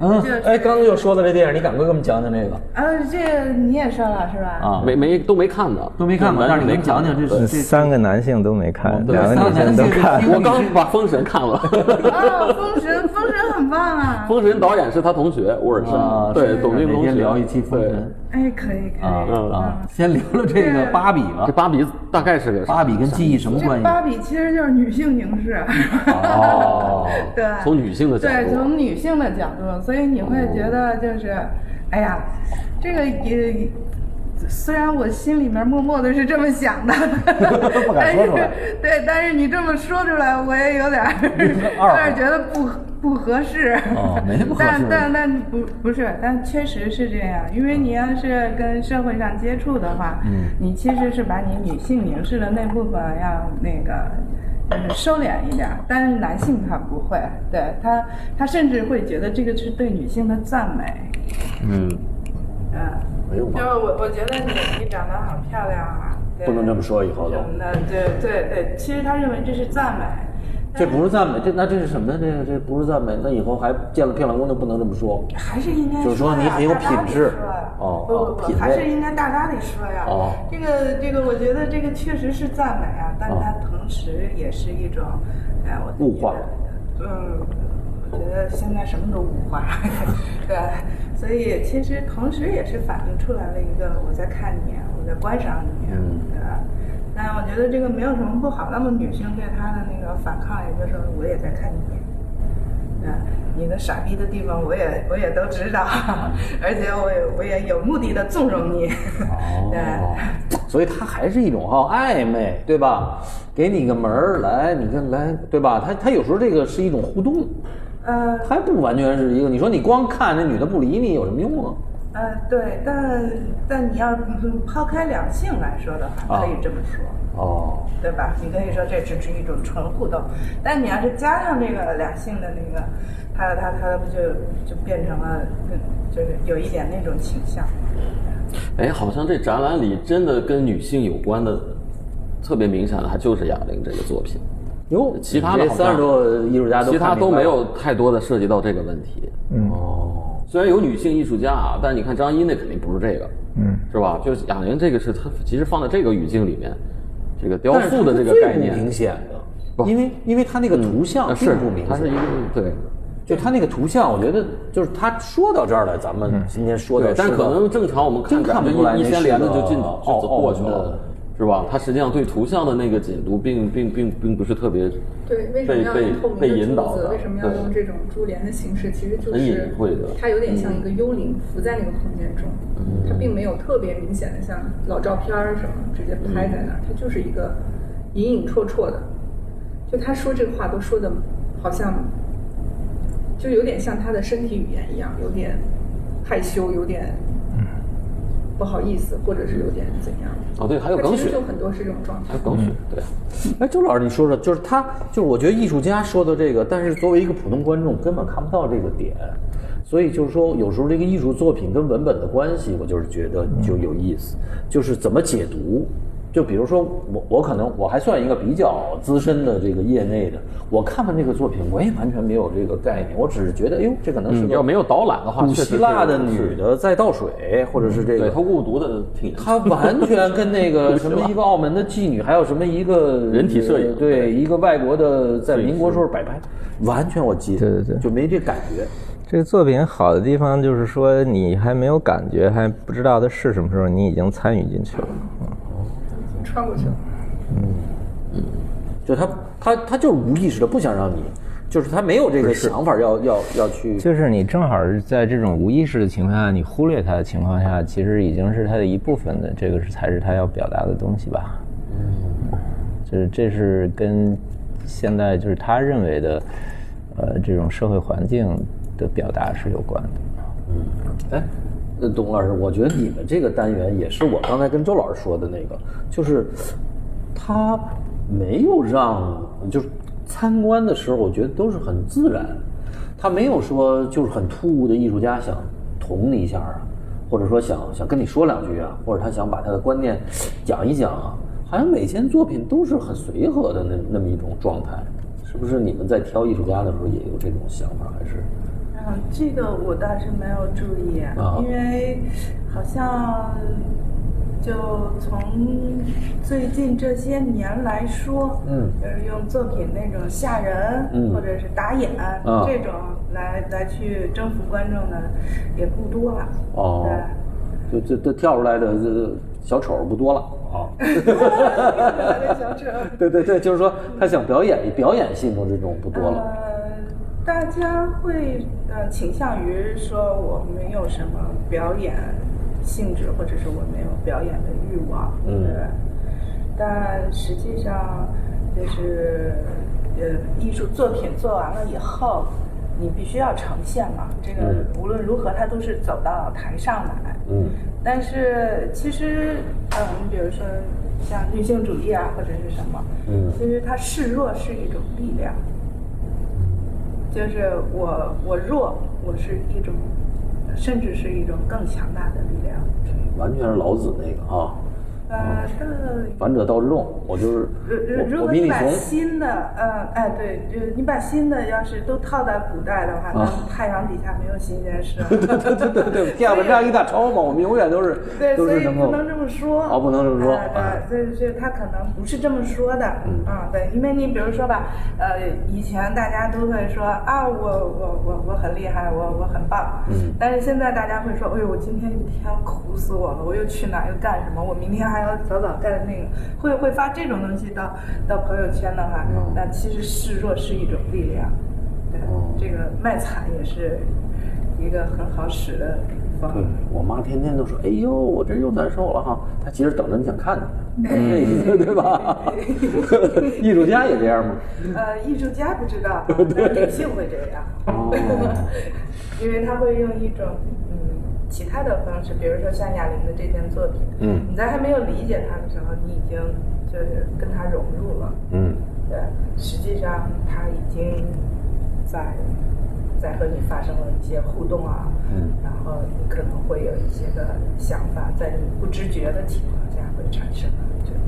[SPEAKER 1] 嗯
[SPEAKER 6] 这，
[SPEAKER 1] 哎，刚刚又说到这电影，你赶快给我们讲讲这个
[SPEAKER 6] 呃，这你也说了是吧？
[SPEAKER 1] 啊
[SPEAKER 2] 没没都没看呢，
[SPEAKER 1] 都没看过，
[SPEAKER 2] 完
[SPEAKER 1] 但是
[SPEAKER 2] 全
[SPEAKER 1] 你
[SPEAKER 2] 没
[SPEAKER 1] 能讲讲这是
[SPEAKER 4] 三个男性都没看，
[SPEAKER 1] 对
[SPEAKER 4] 两个女性都看，
[SPEAKER 2] 我刚把《封神》看了， (laughs)
[SPEAKER 6] 啊，封神，封神很棒啊！
[SPEAKER 2] 《封神》导演是他同学沃尔
[SPEAKER 1] 啊
[SPEAKER 2] 善，对，董
[SPEAKER 1] 明
[SPEAKER 2] 明同学。
[SPEAKER 1] 天聊一期《封
[SPEAKER 2] 对
[SPEAKER 1] 神
[SPEAKER 6] 哎，可以可》以。
[SPEAKER 1] 啊
[SPEAKER 6] 嗯
[SPEAKER 1] 啊，先聊聊这个芭比吧
[SPEAKER 2] 这。芭比大概是个啥
[SPEAKER 1] 芭比跟记忆什么关
[SPEAKER 6] 这
[SPEAKER 1] 系？
[SPEAKER 6] 芭比其实就是女性凝视。
[SPEAKER 1] 啊 (laughs) 哦，
[SPEAKER 6] 对，
[SPEAKER 2] 从女性的角
[SPEAKER 6] 对，
[SPEAKER 2] 度，
[SPEAKER 6] 从女性的角度，所以你会觉得就是，哎呀，这个也虽然我心里面默默的是这么想的，
[SPEAKER 1] (laughs) 不敢说出来
[SPEAKER 6] 但是对，但是你这么说出来，我也有点儿
[SPEAKER 1] 二
[SPEAKER 6] 有点儿觉得不合不合适。 (laughs)
[SPEAKER 1] 哦没不合适
[SPEAKER 6] 但但但不不是，但确实是这样，因为你要是跟社会上接触的话，嗯，你其实是把你女性凝视的那部分要那个。就是收敛一点儿，但是男性他不会，对他，他甚至会觉得这个是对女性的赞美，
[SPEAKER 1] 嗯，
[SPEAKER 6] 嗯，
[SPEAKER 1] 哎呦
[SPEAKER 6] 就
[SPEAKER 1] 妈
[SPEAKER 6] 是，我我觉得你你长得好漂亮啊，对嗯
[SPEAKER 1] 不能这么说，以后都
[SPEAKER 6] 什么的，对对对，其实他认为这是赞美。
[SPEAKER 1] 这不是赞美，这那这是什么呢？这个这不是赞美，那以后还见了漂亮姑娘不能这么说。
[SPEAKER 6] 还是应该
[SPEAKER 1] 就是说
[SPEAKER 6] 呀
[SPEAKER 1] 你很有
[SPEAKER 6] 大大
[SPEAKER 1] 品
[SPEAKER 6] 地
[SPEAKER 1] 质
[SPEAKER 6] 说呀
[SPEAKER 1] 哦
[SPEAKER 6] 不
[SPEAKER 1] 哦
[SPEAKER 6] 不不
[SPEAKER 1] 品
[SPEAKER 6] 还
[SPEAKER 1] 味
[SPEAKER 6] 是应该大大的说呀。
[SPEAKER 1] 哦
[SPEAKER 6] 这个这个，我觉得这个确实是赞美啊，但
[SPEAKER 1] 哦
[SPEAKER 6] 它同时也是一种，哎，我
[SPEAKER 1] 物化
[SPEAKER 6] 觉得，嗯，我觉得现在什么都物化， (laughs) 对，啊所以其实同时也是反映出来了一个我在看你，啊我在观赏你，啊
[SPEAKER 1] 嗯
[SPEAKER 6] 对吧？但我觉得这个没有什么不好。那么女性对他的那个反抗，也就是说我也在看你。啊，你的傻逼的地方我也我也都知道， (laughs) 而且我也我也有目的的纵容你。对，
[SPEAKER 1] 哦，
[SPEAKER 6] (laughs)
[SPEAKER 1] 所以他还是一种哈、暧昧，对吧？给你个门儿来，你跟来，对吧？他他有时候这个是一种互动，
[SPEAKER 6] 呃
[SPEAKER 1] 还不完全是一个。你说你光看那女的不理你有什么用啊？
[SPEAKER 6] 呃，对，但但你要嗯抛开两性来说的话，
[SPEAKER 1] 啊
[SPEAKER 6] 可以这么说。
[SPEAKER 1] 哦，
[SPEAKER 6] 对吧？你可以说这只是一种纯互动，但你要是加上这个两性的那个，它它它不就就变成了，嗯就是有一点那种倾向。
[SPEAKER 2] 哎，好像这展览里真的跟女性有关的特别明显的，还就是哑铃这个作品，
[SPEAKER 1] 哟，
[SPEAKER 2] 其他的好
[SPEAKER 1] 三
[SPEAKER 2] 像
[SPEAKER 1] 十多个艺术家都
[SPEAKER 2] 其他
[SPEAKER 1] 看明
[SPEAKER 2] 都
[SPEAKER 1] 白
[SPEAKER 2] 没
[SPEAKER 1] 了
[SPEAKER 2] 有太多的涉及到这个问题。
[SPEAKER 1] 哦，
[SPEAKER 2] 虽然有女性艺术家啊，但你看张一那肯定不是这个，
[SPEAKER 5] 嗯，
[SPEAKER 2] 是吧？就是哑铃这个是它其实放在这个语境里面，这个雕
[SPEAKER 1] 但是
[SPEAKER 2] 塑的这
[SPEAKER 1] 它
[SPEAKER 2] 个
[SPEAKER 1] 最
[SPEAKER 2] 概
[SPEAKER 1] 不
[SPEAKER 2] 念
[SPEAKER 1] 明显的，
[SPEAKER 2] 不
[SPEAKER 1] 因为因为他那个图
[SPEAKER 2] 啊
[SPEAKER 1] 像并
[SPEAKER 2] 是
[SPEAKER 1] 不明显，
[SPEAKER 2] 它是一个对。
[SPEAKER 1] 就他那个图像，我觉得就是他说到这儿了，咱们今天说到
[SPEAKER 2] 嗯对，，但
[SPEAKER 1] 说
[SPEAKER 2] 可
[SPEAKER 1] 到
[SPEAKER 2] 能正常我们看
[SPEAKER 1] 真看不出来
[SPEAKER 2] 感觉一一
[SPEAKER 1] 那
[SPEAKER 2] 掀
[SPEAKER 1] 是哦
[SPEAKER 2] 帘子
[SPEAKER 1] 个
[SPEAKER 2] 就进
[SPEAKER 1] 澳
[SPEAKER 2] 就走
[SPEAKER 1] 澳
[SPEAKER 2] 过
[SPEAKER 1] 门
[SPEAKER 2] 去了
[SPEAKER 1] 的，
[SPEAKER 2] 是吧？它实际上对图像的那个解读并并并并不是特别
[SPEAKER 3] 对，为什么
[SPEAKER 2] 被
[SPEAKER 3] 要用透
[SPEAKER 2] 被
[SPEAKER 3] 明
[SPEAKER 2] 被
[SPEAKER 3] 的
[SPEAKER 2] 引导
[SPEAKER 3] 珠
[SPEAKER 2] 的
[SPEAKER 3] 子？为什么要
[SPEAKER 2] 对
[SPEAKER 3] 用这种珠帘的形式？其实就
[SPEAKER 2] 很隐
[SPEAKER 3] 是
[SPEAKER 2] 晦的嗯
[SPEAKER 3] 它有点像一个幽灵浮在那个空间中，它并没有特别明显的像老照片儿什么直接
[SPEAKER 2] 嗯
[SPEAKER 3] 拍在那儿，它就是一个隐隐绰绰的。就他说这个话都说的，好像就有点像他的身体语言一样，有点害羞，有点不好意思，或者是有点怎样。
[SPEAKER 2] 哦，对，还有
[SPEAKER 3] 他
[SPEAKER 2] 耿
[SPEAKER 3] 其实
[SPEAKER 2] 雪
[SPEAKER 3] 就，很多是这种状态
[SPEAKER 2] 还。有耿雪，对，
[SPEAKER 1] 哎，周老师，你说说，就是他，就是我觉得艺术家说的这个，但是作为一个普通观众根本看不到这个点，所以就是说，有时候这个艺术作品跟文本的关系，我就是觉
[SPEAKER 2] 嗯
[SPEAKER 1] 得就有意思，就是怎么解读。就比如说我，我可能我还算一个比较资深的这个业内的，我看看这个作品，我也完全没有这个概念，我只是觉得，哎呦，这可能是
[SPEAKER 2] 嗯，
[SPEAKER 1] 个
[SPEAKER 2] 要没有导览的话，
[SPEAKER 1] 古
[SPEAKER 2] 确
[SPEAKER 1] 希
[SPEAKER 2] 实
[SPEAKER 1] 腊
[SPEAKER 2] 是
[SPEAKER 1] 的女，的在倒水，或者是这
[SPEAKER 2] 对
[SPEAKER 1] 个
[SPEAKER 2] 她误读的挺
[SPEAKER 1] 他完全跟那个什么一个澳门的妓女，还有什么一个
[SPEAKER 2] 人体摄影
[SPEAKER 1] 呃对一个外国的在民国时候摆拍，完全我记得，
[SPEAKER 4] 对对对
[SPEAKER 1] 就没这感觉。
[SPEAKER 4] 这个作品好的地方就是说，你还没有感觉，还不知道它是什么时候，你已经参与进去了。
[SPEAKER 3] 穿过去了。
[SPEAKER 1] 就他他他就是无意识的不想让你，就是他没有这个想法要要要去。
[SPEAKER 4] 就是你正好是在这种无意识的情况下，你忽略它的情况下，其实已经是它的一部分的，这个是才是它要表达的东西吧。就是这是跟现在就是他认为的，呃，这种社会环境的表达是有关的。
[SPEAKER 1] 哎，那董老师，我觉得你们这个单元也是我刚才跟周老师说的那个，就是他没有让，就是参观的时候，我觉得都是很自然，他没有说就是很突兀的艺术家想捅你一下啊，或者说想想跟你说两句啊，或者他想把他的观念讲一讲啊，好像每件作品都是很随和的那那么一种状态。是不是你们在挑艺术家的时候也有这种想法，还是
[SPEAKER 6] 嗯，这个我倒是没有注意，
[SPEAKER 1] 啊
[SPEAKER 6] 因为好像就从最近这些年来说，
[SPEAKER 1] 嗯
[SPEAKER 6] 就是用作品那种吓人、
[SPEAKER 1] 嗯
[SPEAKER 6] 或者是打眼、
[SPEAKER 1] 啊
[SPEAKER 6] 这种来来去征服观众的也不多了。
[SPEAKER 1] 哦
[SPEAKER 6] 对。
[SPEAKER 1] 就这这跳出来的这小丑不
[SPEAKER 7] (laughs)
[SPEAKER 1] 多了啊。
[SPEAKER 6] 小丑。
[SPEAKER 1] 对对对，就是说他想表演表演性的这种不多了。
[SPEAKER 6] 呃，大家会呃倾向于说我没有什么表演性质，或者是我没有表演的欲望，
[SPEAKER 1] 嗯
[SPEAKER 6] 对吧但实际上就是呃，艺术作品做完了以后，你必须要呈现嘛，这个
[SPEAKER 1] 嗯
[SPEAKER 6] 无论如何它都是走到台上来，
[SPEAKER 1] 嗯
[SPEAKER 6] 但是其实，嗯，比如说像女性主义啊，或者是什么，
[SPEAKER 1] 嗯
[SPEAKER 6] 其实它示弱是一种力量，就是我我弱，我是一种，甚至是一种更强大的力量。
[SPEAKER 7] 嗯
[SPEAKER 1] 完全是老子那个啊，
[SPEAKER 6] 呃，但
[SPEAKER 7] 反者道之动，我就是
[SPEAKER 6] 如如
[SPEAKER 7] 嗯我
[SPEAKER 6] 如
[SPEAKER 7] 我
[SPEAKER 6] 果
[SPEAKER 7] 比
[SPEAKER 6] 你
[SPEAKER 7] 你
[SPEAKER 6] 把
[SPEAKER 7] 怂。
[SPEAKER 6] 新的，呃，哎，对，就是你把新的要是都套在古代
[SPEAKER 7] 啊
[SPEAKER 6] 的话，那太阳底下没有新鲜事。
[SPEAKER 7] 对对对 (laughs) 对对，天下文章一大抄嘛，我们永远都是
[SPEAKER 6] 对，
[SPEAKER 7] 都
[SPEAKER 6] 所
[SPEAKER 7] 是
[SPEAKER 6] 以
[SPEAKER 7] 能
[SPEAKER 6] 不
[SPEAKER 7] 够
[SPEAKER 6] 能这么说。
[SPEAKER 7] 哦不能这么说
[SPEAKER 6] 呃
[SPEAKER 7] 啊
[SPEAKER 6] 对，所以所以他可能不是这么说的。嗯，对，因为你比如说吧，呃，以前大家都会说啊，我我我我很厉害，我我很棒。嗯。但是现在大家会说，哎呦，我今天一天苦死我了，我又去哪儿又干什么，我明天还要早早干那个，会会发这种东西到到朋友圈的话，
[SPEAKER 7] 嗯
[SPEAKER 6] 那其实示弱是一种力量。对，
[SPEAKER 7] 哦
[SPEAKER 6] 这个卖惨也是一个很好使的方法
[SPEAKER 7] 对。我妈天天都说：“哎呦，我这又难受了哈。”她其实等着你想看你，
[SPEAKER 6] 嗯
[SPEAKER 7] 那意思对吧？ (laughs) 艺术家也这样吗？
[SPEAKER 6] 呃，艺术家不知道，但女性会这样， (laughs) 因为他会用一种嗯其他的方式，比如说像哑铃的这件作品，嗯，你在还没有理解他的时候，你已经就是跟他融入了，
[SPEAKER 1] 嗯，
[SPEAKER 6] 对，实际上他已经在在和你发生了一些互动啊，嗯，然后你可能会有一些个想法，在你不知觉的情况下会产生这种。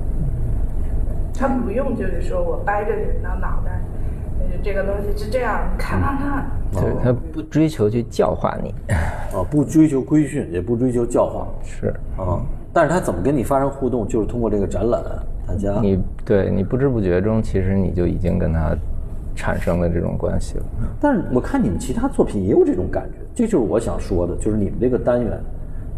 [SPEAKER 6] 他不用就是说我掰着你的脑袋，就是这个东西是这样，看看看。
[SPEAKER 4] 对他不追求去教化你， (laughs)
[SPEAKER 1] 啊，不追求规训，也不追求教化
[SPEAKER 4] 是
[SPEAKER 1] 啊，但是他怎么跟你发生互动，就是通过这个展览，大家
[SPEAKER 4] 你对你不知不觉中，其实你就已经跟他产生了这种关系了。
[SPEAKER 1] 但是我看你们其他作品也有这种感觉，这就是我想说的，就是你们这个单元，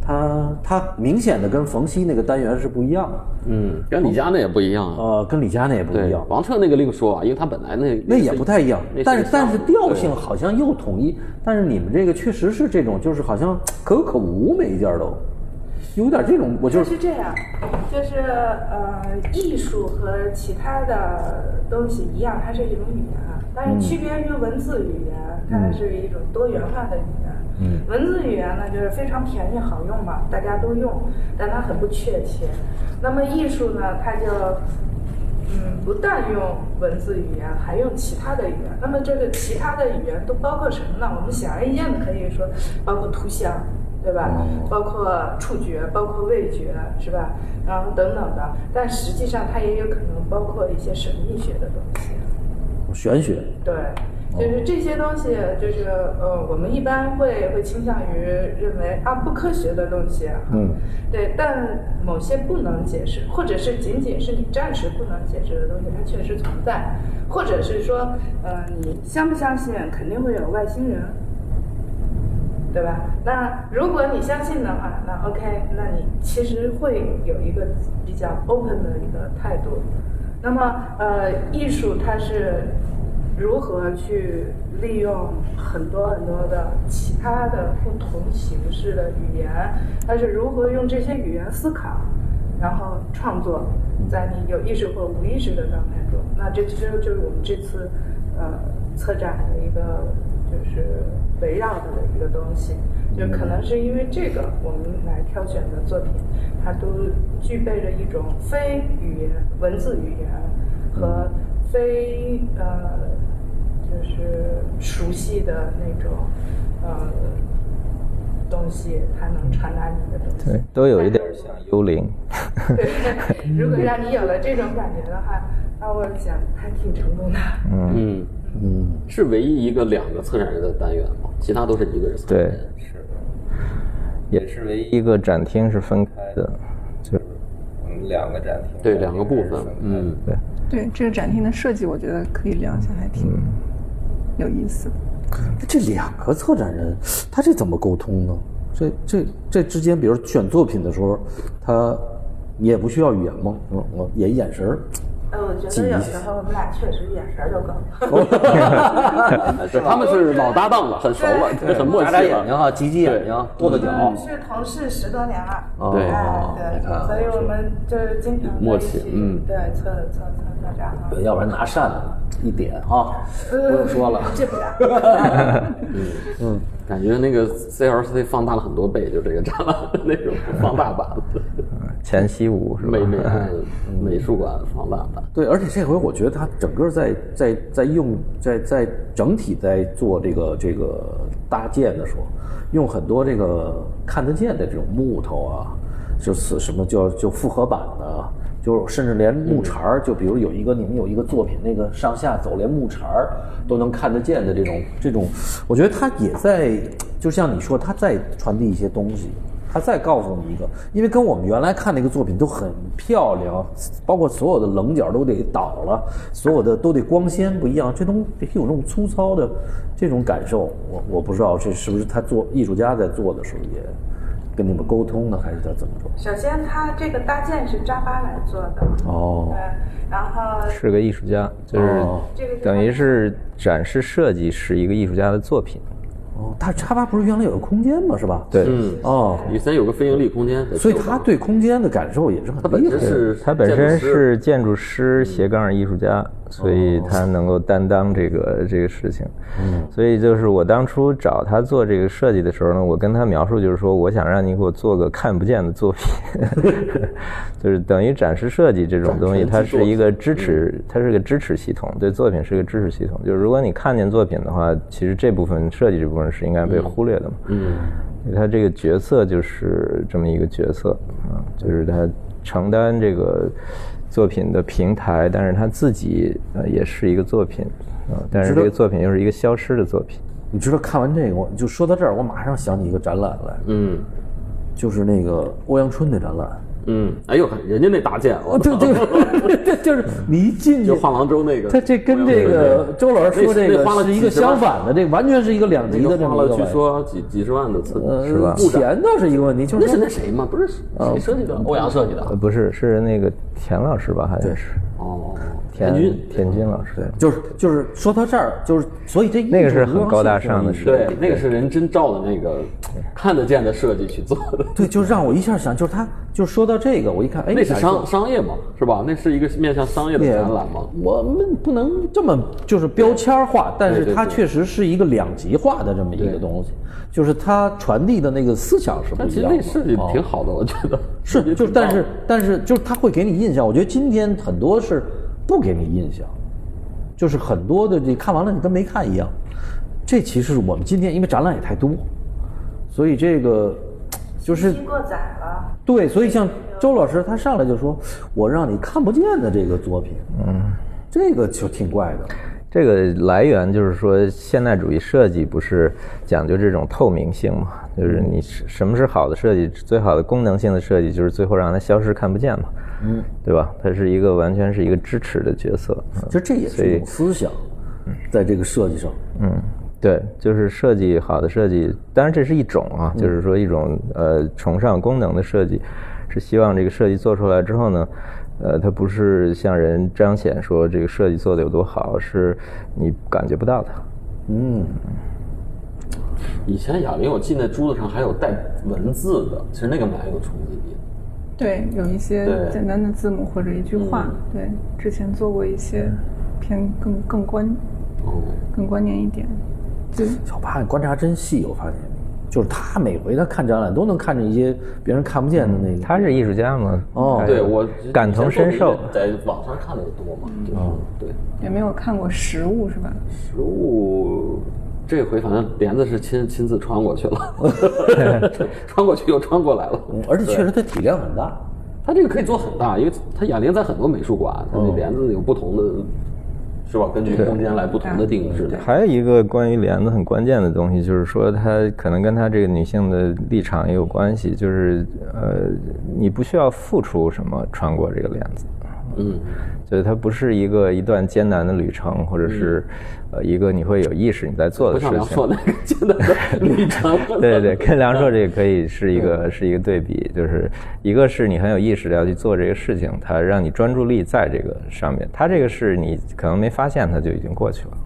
[SPEAKER 1] 它它明显的跟冯曦那个单元是不一样的，
[SPEAKER 2] 嗯，跟李佳那也不一样啊。
[SPEAKER 1] 呃，跟李佳那也不一
[SPEAKER 2] 对
[SPEAKER 1] 样，，
[SPEAKER 2] 王彻那个另说啊，因为他本来那
[SPEAKER 1] 那也不太一样
[SPEAKER 2] 那是，
[SPEAKER 1] 但是
[SPEAKER 2] 一个项
[SPEAKER 1] 但
[SPEAKER 2] 目
[SPEAKER 1] 是调性好像又统一，但是你们这个确实是这种，就是好像可有可无，每一件都有点这种，我就
[SPEAKER 6] 就是是这样，就是呃，艺术和其他的东西一样，它是一种语言，啊，但是区别于文字语言，
[SPEAKER 1] 嗯
[SPEAKER 6] 它是一种多元化的语言。嗯，文字语言呢，就是非常便宜好用嘛，大家都用，但它很不确切。那么艺术呢，它就嗯，不但用文字语言，还用其他的语言。那么这个其他的语言都包括什么呢？我们显而易见的可以说，包括图像，对吧？
[SPEAKER 1] 嗯
[SPEAKER 6] 包括触觉，包括味觉，是吧？然后等等的。但实际上，它也有可能包括一些神秘学的东西。
[SPEAKER 1] 玄学，
[SPEAKER 6] 对，就是这些东西，就是呃，我们一般会会倾向于认为啊，不科学的东西，嗯，对，但某些不能解释，或者是仅仅是你暂时不能解释的东西，它确实存在，或者是说，呃，你相不相信肯定会有外星人，对吧？那如果你相信的话，那 OK，那你其实会有一个比较 open 的一个态度。那么，呃，艺术它是如何去利用很多很多的其他的不同形式的语言，它是如何用这些语言思考，然后创作，在你有意识或无意识的状态中。那这其实就是我们这次呃策展的一个就是围绕着的一个东西，就可能是因为这个我们来挑选的作品，它都具备着一种非语言文字语言和非呃就是熟悉的那种呃东西，它能传达你的东西。
[SPEAKER 4] 对，都有一点像幽灵。 (laughs)
[SPEAKER 6] 对， (laughs) 如果让你有了这种感觉的话，那我想还挺成功的。
[SPEAKER 2] 嗯嗯，是唯一一个两个策展人的单元吗？其他都是一个人策展
[SPEAKER 4] 对
[SPEAKER 2] 人。，
[SPEAKER 4] 也是唯一一个展厅是分开的，就是
[SPEAKER 5] 我们两个展厅，
[SPEAKER 2] 对两个部分，嗯，
[SPEAKER 4] 对。
[SPEAKER 3] 对这个展厅的设计，我觉得可以聊一下，还挺
[SPEAKER 4] 嗯
[SPEAKER 3] 有意思的。
[SPEAKER 1] 这两个策展人，他这怎么沟通呢？这这这之间，比如选作品的时候，他你也不需要语言吗？我我也眼神儿，
[SPEAKER 6] 呃，我觉
[SPEAKER 1] 记
[SPEAKER 6] 得
[SPEAKER 1] 忆
[SPEAKER 6] 有时候我们俩确实眼神儿都够了。
[SPEAKER 2] 对，他们是老搭档了，很熟了， (laughs) 很默
[SPEAKER 7] 眨
[SPEAKER 2] 契
[SPEAKER 7] 眨眼睛
[SPEAKER 2] 了。
[SPEAKER 7] 啊，挤挤眼睛，跺跺脚。
[SPEAKER 6] 我们 (laughs) 是同事十多年了，
[SPEAKER 2] 哦对
[SPEAKER 6] 哎对，所以我们就是经常
[SPEAKER 2] 默
[SPEAKER 6] 在一
[SPEAKER 2] 契
[SPEAKER 6] 起
[SPEAKER 2] 嗯
[SPEAKER 6] 对，策策策策展啊，
[SPEAKER 1] 要不然拿扇子一点啊，不
[SPEAKER 2] 哎
[SPEAKER 1] 用说了。
[SPEAKER 6] 这不敢。
[SPEAKER 2] 感觉那个 CLC 放大了很多倍，就这个展览 (laughs) 的那种放大
[SPEAKER 7] (laughs)
[SPEAKER 2] 版，
[SPEAKER 4] 前西武是吧
[SPEAKER 2] 美？美
[SPEAKER 7] 嗯
[SPEAKER 2] 美术馆放大版。
[SPEAKER 1] 对，而且这回我觉得他整个在在在用在在整体在做这个这个搭建的时候，用很多这个看得见的这种木头啊，
[SPEAKER 7] 就是什么叫就复合版的，
[SPEAKER 1] 啊
[SPEAKER 7] 就是甚至连木茬儿，就比如有一个你们有一个作品，那个上下走连木茬儿都能看得见的这种这种，我觉得它也在，就像你说，它在传递一些东西。他再告诉你一个，因为跟我们原来看那个作品都很漂亮，包括所有的棱角都得倒了，所有的都得光鲜不一样，这东得有那种粗糙的这种感受。我我不知道这是不是他做艺术家在做的时候也跟你们沟通呢，还是他怎么着？
[SPEAKER 6] 首先，它这个搭建是扎巴来做的，
[SPEAKER 7] 哦
[SPEAKER 6] 对，然后
[SPEAKER 4] 是个艺术家，就是
[SPEAKER 7] 哦
[SPEAKER 4] 等于是展示设计是一个艺术家的作品。
[SPEAKER 7] 哦，他插巴不是原来有个空间吗？是吧？，
[SPEAKER 4] 对，
[SPEAKER 2] 嗯
[SPEAKER 7] 哦，
[SPEAKER 2] 以前有个非盈利空间，
[SPEAKER 7] 所以他对空间的感受也是
[SPEAKER 2] 他
[SPEAKER 7] 很
[SPEAKER 2] 本
[SPEAKER 7] 厉害
[SPEAKER 2] 身
[SPEAKER 7] 的。
[SPEAKER 2] 是
[SPEAKER 4] 他本
[SPEAKER 2] 建
[SPEAKER 4] 身
[SPEAKER 2] 筑师哦
[SPEAKER 4] 是建筑师斜杠艺术家，所以他能够担当这个这个事情。
[SPEAKER 2] 嗯
[SPEAKER 4] 所以就是我当初找他做这个设计的时候呢，我跟他描述就是说，我想让你给我做个看不见的
[SPEAKER 2] (laughs)
[SPEAKER 4] 作品，就是等于展示设计这种东西，它是一个支
[SPEAKER 2] 嗯
[SPEAKER 4] 持，它是个支持系统，对作品是个支持系统。就是如果你看见作品的话，其实这部分设计这部分是应该被忽略的嘛。嗯。他这个角色就是这么一个角色啊，就是他承担这个作品的平台，但是他自己呃也是一个作品啊，但是这个作品又是一个消失的作品。
[SPEAKER 7] 你知道看完这个，我就说到这儿，我马上想起一个展览来，
[SPEAKER 2] 嗯
[SPEAKER 7] 就是那个欧阳春的展览。
[SPEAKER 2] 嗯，哎呦，人家那搭建，我
[SPEAKER 7] (laughs) 对对，这就是你一进去
[SPEAKER 2] 哦嗯就，画廊州那个，
[SPEAKER 7] 他这跟这个周老师说这
[SPEAKER 2] 那那花
[SPEAKER 7] 个
[SPEAKER 2] 了
[SPEAKER 7] 是一个
[SPEAKER 2] 几十万
[SPEAKER 7] 相反的，这完全是一个两极
[SPEAKER 2] 那
[SPEAKER 7] 的
[SPEAKER 2] 个
[SPEAKER 7] 这
[SPEAKER 2] 花
[SPEAKER 7] 么
[SPEAKER 2] 了
[SPEAKER 7] 一个
[SPEAKER 2] 据
[SPEAKER 7] 玩意儿。
[SPEAKER 2] 说几几十万的次，是
[SPEAKER 7] 呃，哦
[SPEAKER 2] 布展，
[SPEAKER 7] 钱倒是一个问题，就是
[SPEAKER 2] 那
[SPEAKER 7] 说
[SPEAKER 2] 是那谁嘛？不是谁设计的？欧阳设计的
[SPEAKER 4] 呃，不是，是那个田老师吧？好像是
[SPEAKER 2] 哦，
[SPEAKER 4] 田
[SPEAKER 2] 田军，
[SPEAKER 4] 田军老师。对，
[SPEAKER 7] 就是就是说到这儿，就是所以这
[SPEAKER 4] 那个是很高大上的
[SPEAKER 7] 事。
[SPEAKER 4] 设计。
[SPEAKER 2] 对，那个是人真照的那个看得见的设计去做的，
[SPEAKER 7] 对，就让我一下想，就是他就说到这个，我一看，哎，
[SPEAKER 2] 那是
[SPEAKER 7] 感
[SPEAKER 2] 商商业嘛，是吧？那是一个面向商业的
[SPEAKER 7] 也
[SPEAKER 2] 展览嘛。
[SPEAKER 7] 我们不能这么就是标签儿化，但
[SPEAKER 2] 对
[SPEAKER 7] 是
[SPEAKER 2] 对
[SPEAKER 7] 它
[SPEAKER 2] 对
[SPEAKER 7] 确实是一个两极化的这么一个东西，就是它传递的那个思想是不
[SPEAKER 2] 但
[SPEAKER 7] 一
[SPEAKER 2] 其实
[SPEAKER 7] 样的。哦
[SPEAKER 2] 那设计挺好的，我哦觉 (laughs) 得
[SPEAKER 7] 是，就
[SPEAKER 2] 挺
[SPEAKER 7] 是但
[SPEAKER 2] 棒的
[SPEAKER 7] 是但是就是他会给你印象。我觉得今天很多是不给你印象，就是很多的你看完了你跟没看一样。这其实是我们今天因为展览也太多，所以这个就是
[SPEAKER 6] 过载了，
[SPEAKER 7] 对，所以像周老师他上来就说我让你看不见的这个作品，嗯，这个就挺怪的。
[SPEAKER 4] 这个来源就是说，现代主义设计不是讲究这种透明性嘛？就是你是什么是好的设计，最好的功能性的设计，就是最后让它消失看不见嘛，嗯，对吧？它是一个完全是一个支持的角色，嗯
[SPEAKER 7] 其实这也
[SPEAKER 4] 所
[SPEAKER 7] 是一
[SPEAKER 4] 以
[SPEAKER 7] 种思想，在这个设计上，
[SPEAKER 4] 嗯，对，就是设计好的设计，当然这是一种啊，就是说一种呃崇尚功能的设计，是希望这个设计做出来之后呢，呃，它不是向人彰显说这个设计做的有多好，是你感觉不到它。
[SPEAKER 7] 嗯，
[SPEAKER 2] 以前哑铃，我记得那珠子上还有带文字的，其实那个蛮有冲击力的。
[SPEAKER 3] 对，有一些
[SPEAKER 2] 对
[SPEAKER 3] 简单的字母或者一句话。
[SPEAKER 4] 嗯
[SPEAKER 3] 对，之前做过一些偏更更观
[SPEAKER 2] 哦，
[SPEAKER 3] 更观念一点。对，
[SPEAKER 7] 小帕观察真细，我发现，就是他每回他看展览都能看见一些别人看不见的那个。
[SPEAKER 4] 他是艺术家嘛？
[SPEAKER 7] 哦
[SPEAKER 4] 哎
[SPEAKER 2] 对我
[SPEAKER 4] 感同身受。
[SPEAKER 2] 在网上看的多嘛，就是对
[SPEAKER 3] 也没有看过实物是吧？
[SPEAKER 2] 实物。这回反正帘子是亲亲自穿过去 (laughs) 了，穿过去又穿过来了。
[SPEAKER 7] 嗯而且确实它体量很大。
[SPEAKER 2] 它这个可以做很大，因为它哑铃在很多美术馆，它那帘子有不同的，是吧？根据空间来不同的定制。
[SPEAKER 4] 还有一个关于帘子很关键的东西，就是说它可能跟她这个女性的立场也有关系，就是呃，你不需要付出什么穿过这个帘子，
[SPEAKER 2] 嗯，
[SPEAKER 4] 就是它不是一个一段艰难的旅程，或者是呃一个你会有意识你在做
[SPEAKER 2] 嗯不
[SPEAKER 4] 的
[SPEAKER 2] 像
[SPEAKER 4] 事
[SPEAKER 2] 梁硕
[SPEAKER 4] 情。
[SPEAKER 2] 那个 (laughs) 真的旅程。
[SPEAKER 4] (laughs) 对
[SPEAKER 3] (laughs)
[SPEAKER 4] 对，跟梁硕这个可以是一
[SPEAKER 3] 嗯
[SPEAKER 4] 个是一个对比，就是一个是你很有意识的要去做这个事情，它让你专注力在这个上面，它这个是你可能没发现，它就已经过去了。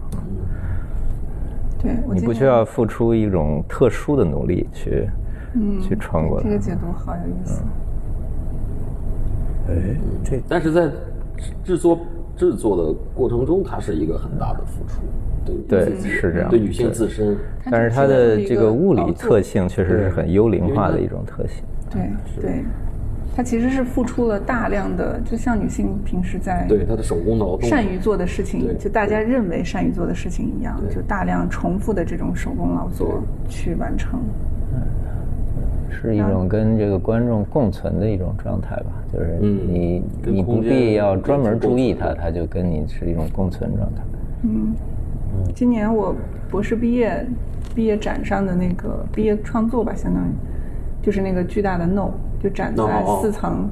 [SPEAKER 3] 对，我
[SPEAKER 4] 你
[SPEAKER 3] 今
[SPEAKER 4] 不
[SPEAKER 3] 天
[SPEAKER 4] 需要付出一种特殊的努力去，
[SPEAKER 3] 嗯
[SPEAKER 4] 去穿过嗯
[SPEAKER 3] 这个
[SPEAKER 4] 它。
[SPEAKER 3] 解读好有意思。
[SPEAKER 7] 哎，这
[SPEAKER 2] 但是在制作制作的过程中，它是一个很大的付出，对
[SPEAKER 4] 对，是这样。
[SPEAKER 2] 对女性自身，
[SPEAKER 4] 但是它的这个物理特性确实是很幽灵化
[SPEAKER 2] 因
[SPEAKER 4] 的
[SPEAKER 2] 为它
[SPEAKER 4] 一种特性。
[SPEAKER 3] 对对，它其实是付出了大量的，就像女性平时在
[SPEAKER 2] 对她的手工劳动，
[SPEAKER 3] 善于做的事
[SPEAKER 2] 对
[SPEAKER 3] 情，就大家认为善于做的事情一样，就大量重复的这种手工劳作去完成。
[SPEAKER 4] 是一种跟这个观众共存的一种状态吧，就是你、你不必要专门注意它，它就跟你是一种共存状态。
[SPEAKER 3] 今年我博士毕业毕业展上的那个毕业创作吧，相当于就是那个巨大的 “no”，就展在
[SPEAKER 2] 哦
[SPEAKER 3] 四层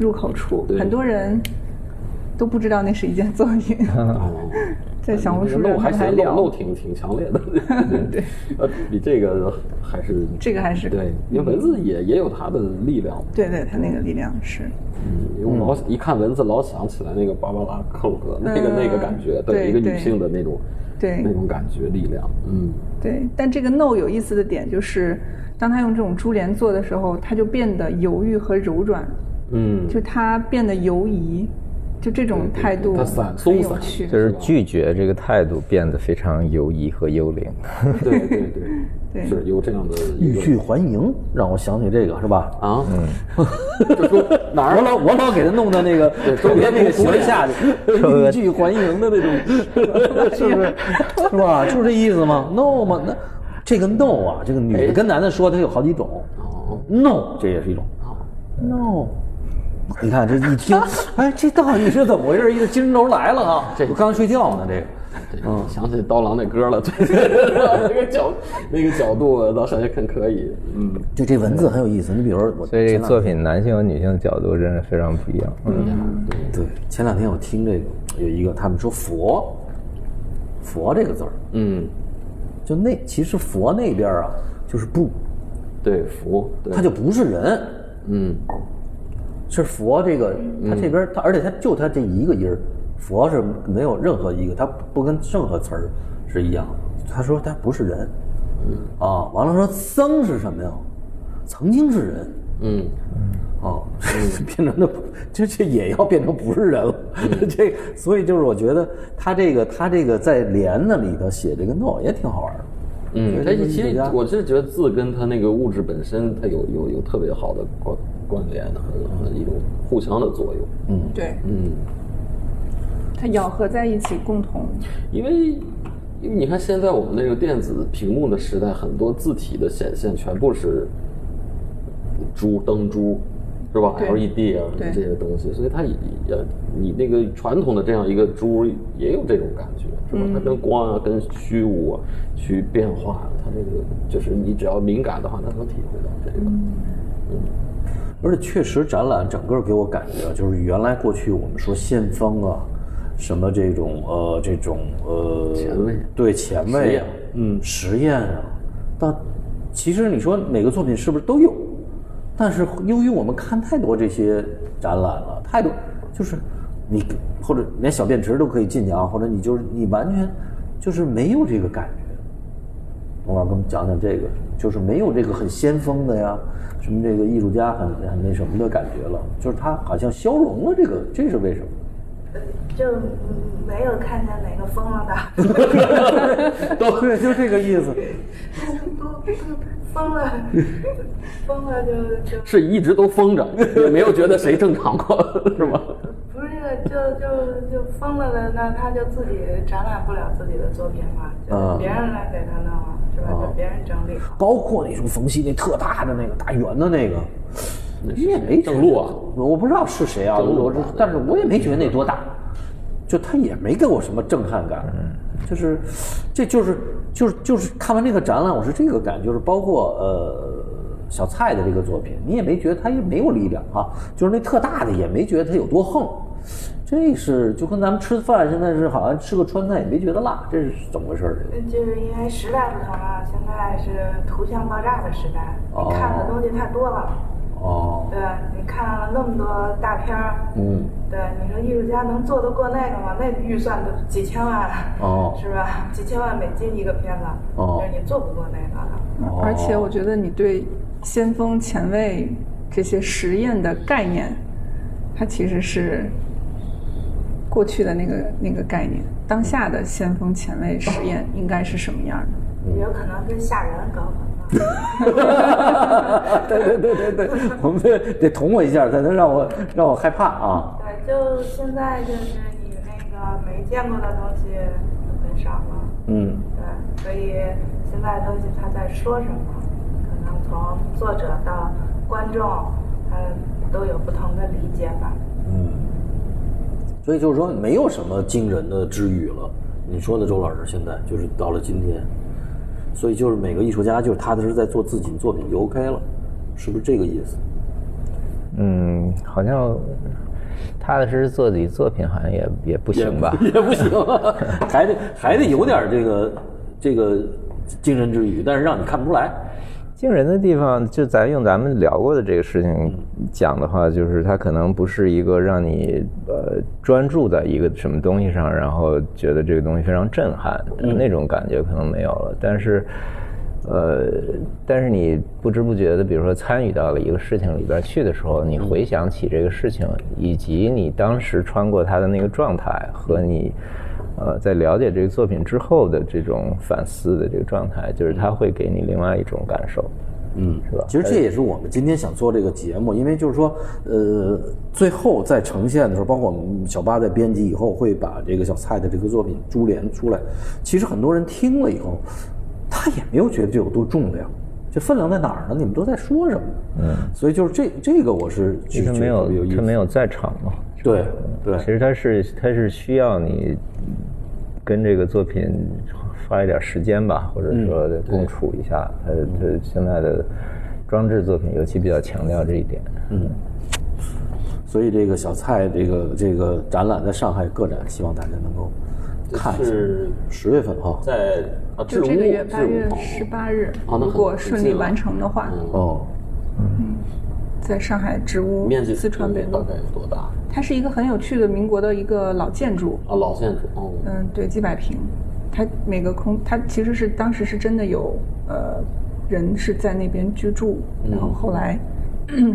[SPEAKER 3] 入口处，很多人都不知道那是一件作
[SPEAKER 2] (laughs)
[SPEAKER 3] 品。
[SPEAKER 2] 嗯
[SPEAKER 3] (laughs) 在小红书
[SPEAKER 2] 漏
[SPEAKER 3] 上
[SPEAKER 2] 啊还
[SPEAKER 3] 他们还
[SPEAKER 2] 行，漏
[SPEAKER 3] 聊
[SPEAKER 2] 漏挺挺强
[SPEAKER 3] (laughs)
[SPEAKER 2] 烈的，对，呃，比这个还是
[SPEAKER 3] 这个还是
[SPEAKER 2] 对，因为文字也也有它的力量。嗯
[SPEAKER 3] 对对，他那个力量是
[SPEAKER 2] 因为我老一看文字，老想起来那个芭芭拉克鲁格那个那个感觉，
[SPEAKER 3] 嗯
[SPEAKER 2] 对
[SPEAKER 3] 对
[SPEAKER 2] 一个女
[SPEAKER 3] 对
[SPEAKER 2] 性的那种
[SPEAKER 3] 对
[SPEAKER 2] 那种感觉力量，嗯，
[SPEAKER 3] 对，但这个 no 有意思的点就是，当他用这种珠帘做的时候，它就变得犹豫和柔软，
[SPEAKER 2] 嗯，
[SPEAKER 3] 就它变得犹疑，就这种态度
[SPEAKER 2] 它散
[SPEAKER 3] 很
[SPEAKER 2] 松
[SPEAKER 3] 有
[SPEAKER 2] 散
[SPEAKER 3] 趣。
[SPEAKER 4] 就是拒绝这个态度变得非常犹疑和幽灵。
[SPEAKER 2] (laughs) 对对对，
[SPEAKER 3] 对
[SPEAKER 2] 是有这样的一
[SPEAKER 7] 欲
[SPEAKER 2] 个
[SPEAKER 7] 拒还迎，让我想起这个是吧？嗯
[SPEAKER 2] 啊， (laughs) 就说哪儿
[SPEAKER 7] 我老我老给他弄到
[SPEAKER 2] (laughs)
[SPEAKER 7] 那个周边 (laughs) 那个形下去，欲拒还迎的那种， (laughs) 是不是？是吧？就是这意思吗？No 吗？那这个 No 啊，这个女的跟男的说，它有好几种。No，这也哦是一种。No，你看这一听，哎，这到底是怎么回事？一个精神头来了 (laughs) 哈！我刚睡觉呢，这个。
[SPEAKER 2] 嗯，想起刀郎那歌了，对， (laughs) 那个角那个角度，老沈也很可以，嗯，
[SPEAKER 7] 就这文字很有意思，你比如说我
[SPEAKER 4] 所以这
[SPEAKER 7] 前
[SPEAKER 4] 个
[SPEAKER 7] 两
[SPEAKER 4] 作品男性和女性的角度真的非常不一样。嗯，
[SPEAKER 7] 对，前两天我听这个有一个，他们说佛，佛这个字儿，
[SPEAKER 2] 嗯，
[SPEAKER 7] 就那其实佛那边儿啊，就是不，
[SPEAKER 2] 对，服，对
[SPEAKER 7] 它就不是人，
[SPEAKER 2] 嗯，
[SPEAKER 7] 是佛这个，它这边儿它，而且它就它这一个音儿，佛是没有任何一个，它不跟任何词儿是一样的。他说他不是人，啊，完了说僧是什么呀？曾经是人，
[SPEAKER 2] 嗯，
[SPEAKER 7] 哦， (laughs) 变成了不这这也要变成不是人了， (laughs) 这所以就是我觉得他这个他这个在帘子里头写这个 no 也挺好玩的，
[SPEAKER 2] 嗯，但是其
[SPEAKER 7] 这
[SPEAKER 2] 实
[SPEAKER 7] 个
[SPEAKER 2] 我是觉得字跟它那个物质本身，它有有有特别好的关关联的，和一种互相的作用。
[SPEAKER 3] 对，
[SPEAKER 2] 嗯，
[SPEAKER 3] 它咬合在一起，共同
[SPEAKER 2] 因为因为你看现在我们那个电子屏幕的时代，很多字体的显现全部是珠灯珠，是吧
[SPEAKER 3] 对
[SPEAKER 2] ？LED 啊
[SPEAKER 3] 对
[SPEAKER 2] 这些东西，所以它也也你那个传统的这样一个珠也有这种感觉，是吧？
[SPEAKER 3] 嗯
[SPEAKER 2] 它跟光啊，跟虚无啊去变化，它那个就是你只要敏感的话，它能体会到这个。
[SPEAKER 3] 嗯
[SPEAKER 7] 而且确实展览整个给我感觉啊就是原来过去我们说先锋啊，什么这种呃这种呃
[SPEAKER 2] 前卫
[SPEAKER 7] 对前
[SPEAKER 2] 实
[SPEAKER 7] 卫
[SPEAKER 2] 验
[SPEAKER 7] 啊，嗯实验啊，但其实你说每个作品是不是都有？但是由于我们看太多这些展览了，太多就是你或者连小便池都可以进去啊，或者你就是你完全就是没有这个感觉。董老师给我们讲讲这个，就是没有这个很先锋的呀，什么这个艺术家很很那什么的感觉了，就是他好像消融了，这个这是为什么？
[SPEAKER 6] 就嗯没有看见哪个疯了的， (laughs)
[SPEAKER 7] 对，就这个意思。
[SPEAKER 6] 都都疯了，疯了就就是
[SPEAKER 2] 一直都封着， (laughs) 也没有觉得谁正常过，是吧？
[SPEAKER 6] 不是就就就疯了的，那他就自己展览不了自己的作品嘛，
[SPEAKER 7] 啊哦
[SPEAKER 6] 就别人来给他弄了，是吧？就别人整理好。
[SPEAKER 7] 包括那种冯曦那特大的那个大圆的那个，你也没
[SPEAKER 2] 郑路啊，
[SPEAKER 7] 我不知道是谁啊，
[SPEAKER 2] 郑路
[SPEAKER 7] 我知
[SPEAKER 2] 吧
[SPEAKER 7] 但是我也没觉得那多大，就他也没给我什么震撼感，
[SPEAKER 1] 嗯
[SPEAKER 7] 就是，这就是就是就是看完这个展览，我是这个感觉，就是包括呃小蔡的这个作品，你也没觉得他也没有力量啊，就是那特大的也没觉得他有多横。这是就跟咱们吃饭，现在是好像吃个川菜也没觉得辣，这是怎么回事儿？这个
[SPEAKER 6] 嗯就是因为时代不同了，现在是图像爆炸的时代，
[SPEAKER 7] 哦
[SPEAKER 6] 你看的东西太多了。
[SPEAKER 7] 哦，
[SPEAKER 6] 对，你看了那么多大片儿，
[SPEAKER 7] 嗯，
[SPEAKER 6] 对，你说艺术家能做得过那个吗？那预算都几千万，
[SPEAKER 7] 哦
[SPEAKER 6] 是吧？几千万美金一个片子，
[SPEAKER 7] 哦
[SPEAKER 6] 就是你做不过那个的。
[SPEAKER 2] 哦
[SPEAKER 3] 而且我觉得你对先锋、前卫这些实验的概念，它其实是过去的那个那个概念。当下的先锋、前卫实验
[SPEAKER 2] 哦
[SPEAKER 3] 应该是什么样的？
[SPEAKER 7] 嗯
[SPEAKER 6] 有可能跟吓人搞混了。
[SPEAKER 7] 对对对对对，我们得捅我一下，才能让我让我害怕啊！
[SPEAKER 6] 对，就现在就是你那个没见过的东西很少了，
[SPEAKER 7] 嗯，
[SPEAKER 6] 对，所以现在的东西他在说什么，可能从作者到观众，嗯，都有不同的理解吧。
[SPEAKER 1] 所以就是说，没有什么惊人的之语了。你说的周老师现在就是到了今天，所以就是每个艺术家就是踏踏实实在做自己的作品就 OK 了，是不是这个意思？
[SPEAKER 4] 嗯，好像踏踏实实做自己作品，好像也也不行吧？
[SPEAKER 1] (laughs) 也不行，还得还得有点这个这个惊人之语，但是让你看不出来。
[SPEAKER 4] 惊人的地方，就咱用咱们聊过的这个事情讲的话，就是它可能不是一个让你呃专注在一个什么东西上，然后觉得这个东西非常震撼那种感觉可能没有了，但是。呃，但是你不知不觉的，比如说参与到了一个事情里边去的时候，你回想起这个事情，以及你当时穿过它的那个状态和你，呃，在了解这个作品之后的这种反思的这个状态，就是它会给你另外一种感受，嗯，是吧？
[SPEAKER 1] 其实这也是我们今天想做这个节目，因为就是说，呃，最后在呈现的时候，包括我们小八在编辑以后会把这个小蔡的这个作品珠联出来。其实很多人听了以后，他也没有觉得这有多重量，这分量在哪儿呢？你们都在说什么？嗯，所以就是这这个我是
[SPEAKER 4] 其
[SPEAKER 1] 觉
[SPEAKER 4] 实
[SPEAKER 1] 得
[SPEAKER 4] 没
[SPEAKER 1] 特别有意
[SPEAKER 4] 有，
[SPEAKER 1] 思
[SPEAKER 4] 它没有在场嘛。
[SPEAKER 1] 对对
[SPEAKER 4] 其实它是它是需要你跟这个作品花一点时间吧，或者说共处一下。它它现在的装置作品尤其比较强调这一点。嗯，
[SPEAKER 1] 所以这个小蔡这个这个展览在上海个展，希望大家能够看一下。
[SPEAKER 2] 是
[SPEAKER 1] 十月份哈、
[SPEAKER 2] 在啊，
[SPEAKER 3] 就
[SPEAKER 2] 置
[SPEAKER 3] 这
[SPEAKER 2] 物
[SPEAKER 3] 个月
[SPEAKER 2] 置
[SPEAKER 3] 八
[SPEAKER 2] 物哦
[SPEAKER 3] 月十八日，
[SPEAKER 2] 那
[SPEAKER 3] 如
[SPEAKER 2] 很
[SPEAKER 3] 果
[SPEAKER 2] 很
[SPEAKER 3] 顺
[SPEAKER 2] 近
[SPEAKER 3] 利
[SPEAKER 2] 了
[SPEAKER 3] 完成的话，
[SPEAKER 2] 嗯
[SPEAKER 1] 哦，
[SPEAKER 3] 在上海植物
[SPEAKER 2] 面积
[SPEAKER 3] 四川北
[SPEAKER 2] 大
[SPEAKER 3] 路
[SPEAKER 2] 概，有多大？
[SPEAKER 3] 它是一个很有趣的民国的一个老建筑，
[SPEAKER 2] 啊，老建筑哦，
[SPEAKER 3] 嗯，对，几百平，它每个空，它其实是当时是真的有呃人是在那边居住，
[SPEAKER 2] 嗯
[SPEAKER 3] 然后后来、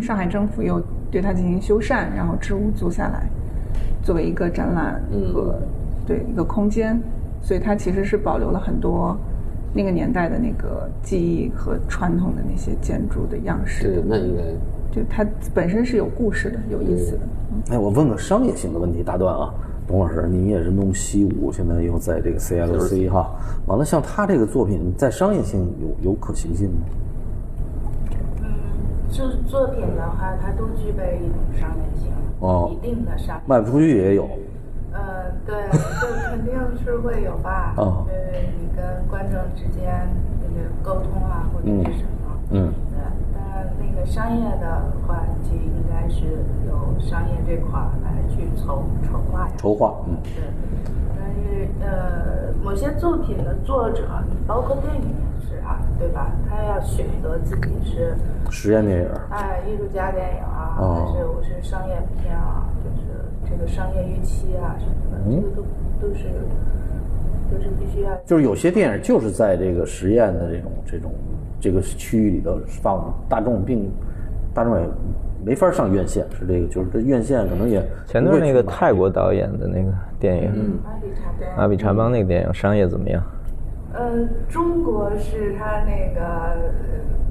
[SPEAKER 3] 上海政府又对它进行修缮，然后置屋租下来，作为一个展览
[SPEAKER 2] 嗯
[SPEAKER 3] 和、对一个空间，所以它其实是保留了很多那个年代的那个记忆和传统的那些建筑的样式，
[SPEAKER 2] 对，那应该
[SPEAKER 3] 就它本身是有故事的，有意思的。
[SPEAKER 2] 嗯
[SPEAKER 1] 哎，我问个商业性的问题，打断啊，董老师，你也是弄西武，现在又在这个 CLC 哈，完了，像他这个作品在商业性有有可行性吗？
[SPEAKER 6] 嗯，就是作品的话，它都具备一种商业性，
[SPEAKER 1] 哦
[SPEAKER 6] 一定的商业性。
[SPEAKER 1] 卖不出去也有，，
[SPEAKER 6] 呃，对，就肯定是会有吧
[SPEAKER 1] 哦
[SPEAKER 6] 因为你跟观众之间那个沟通啊，或者是什么，
[SPEAKER 1] 嗯
[SPEAKER 6] 对。但那个商业的话，就应该是由商业这块儿来去筹筹划呀，
[SPEAKER 1] 筹划，嗯，
[SPEAKER 6] 对。但是呃，某些作品的作者，啊包括电影也是啊，对吧？他要选择自己是
[SPEAKER 1] 实验电影儿，
[SPEAKER 6] 哎，艺术家电影啊，
[SPEAKER 1] 哦
[SPEAKER 6] 还是我是商业片啊，就是这个商业预期啊什么的，这个都都是都是必须要。
[SPEAKER 1] 嗯就是有些电影就是在这个实验的这种这种这个区域里头放，大众并大众也没法上院线，是这个，就是这院线可能也
[SPEAKER 4] 前段那个泰国导演的那个电影，
[SPEAKER 6] 阿比查邦，
[SPEAKER 4] 阿比查邦那个电影商业怎么样？
[SPEAKER 6] 呃，中国是他那个呃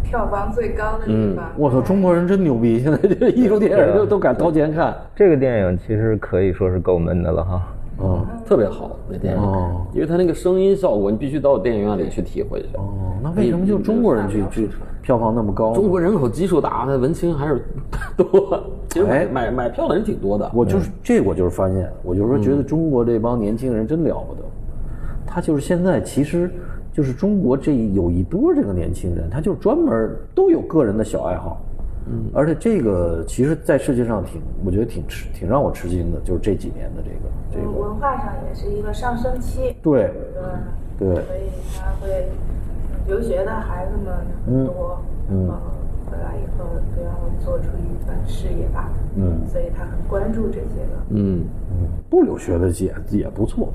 [SPEAKER 6] 票房最高的地方。
[SPEAKER 1] 我操，中国人真牛逼！现在这艺术电影都都敢掏钱看，
[SPEAKER 4] 这个电影其实可以说是够闷的了哈。
[SPEAKER 1] 哦
[SPEAKER 2] 特别好那电影，
[SPEAKER 1] 哦
[SPEAKER 2] 因为它那个声音效果，你必须到电影院里去体会去。
[SPEAKER 1] 哦，那为什么就中国人去
[SPEAKER 7] 嗯
[SPEAKER 1] 去票房那么高呢？
[SPEAKER 2] 中国人口基数大，那文青还是 (laughs) 多。其实买
[SPEAKER 1] 哎
[SPEAKER 2] 买买票的人挺多的。
[SPEAKER 1] 我就是这，我就是发现，我就是说，觉得中国这帮年轻人真了不得。他就是现在，其实就是中国这一有一波这个年轻人，他就专门都有个人的小爱好。嗯，而且这个其实，在世界上挺，我觉得挺吃，挺让我吃惊的，就是这几年的这个这
[SPEAKER 6] 嗯
[SPEAKER 1] 个，
[SPEAKER 6] 文化上也是一个上升期，
[SPEAKER 1] 对
[SPEAKER 6] 对吧？
[SPEAKER 1] 对
[SPEAKER 6] 所以他会留学的孩子们很多，嗯，回来以后都要做出一番事业吧，嗯，所以他很关注这些个。
[SPEAKER 2] 嗯，
[SPEAKER 1] 不留学的也也不错。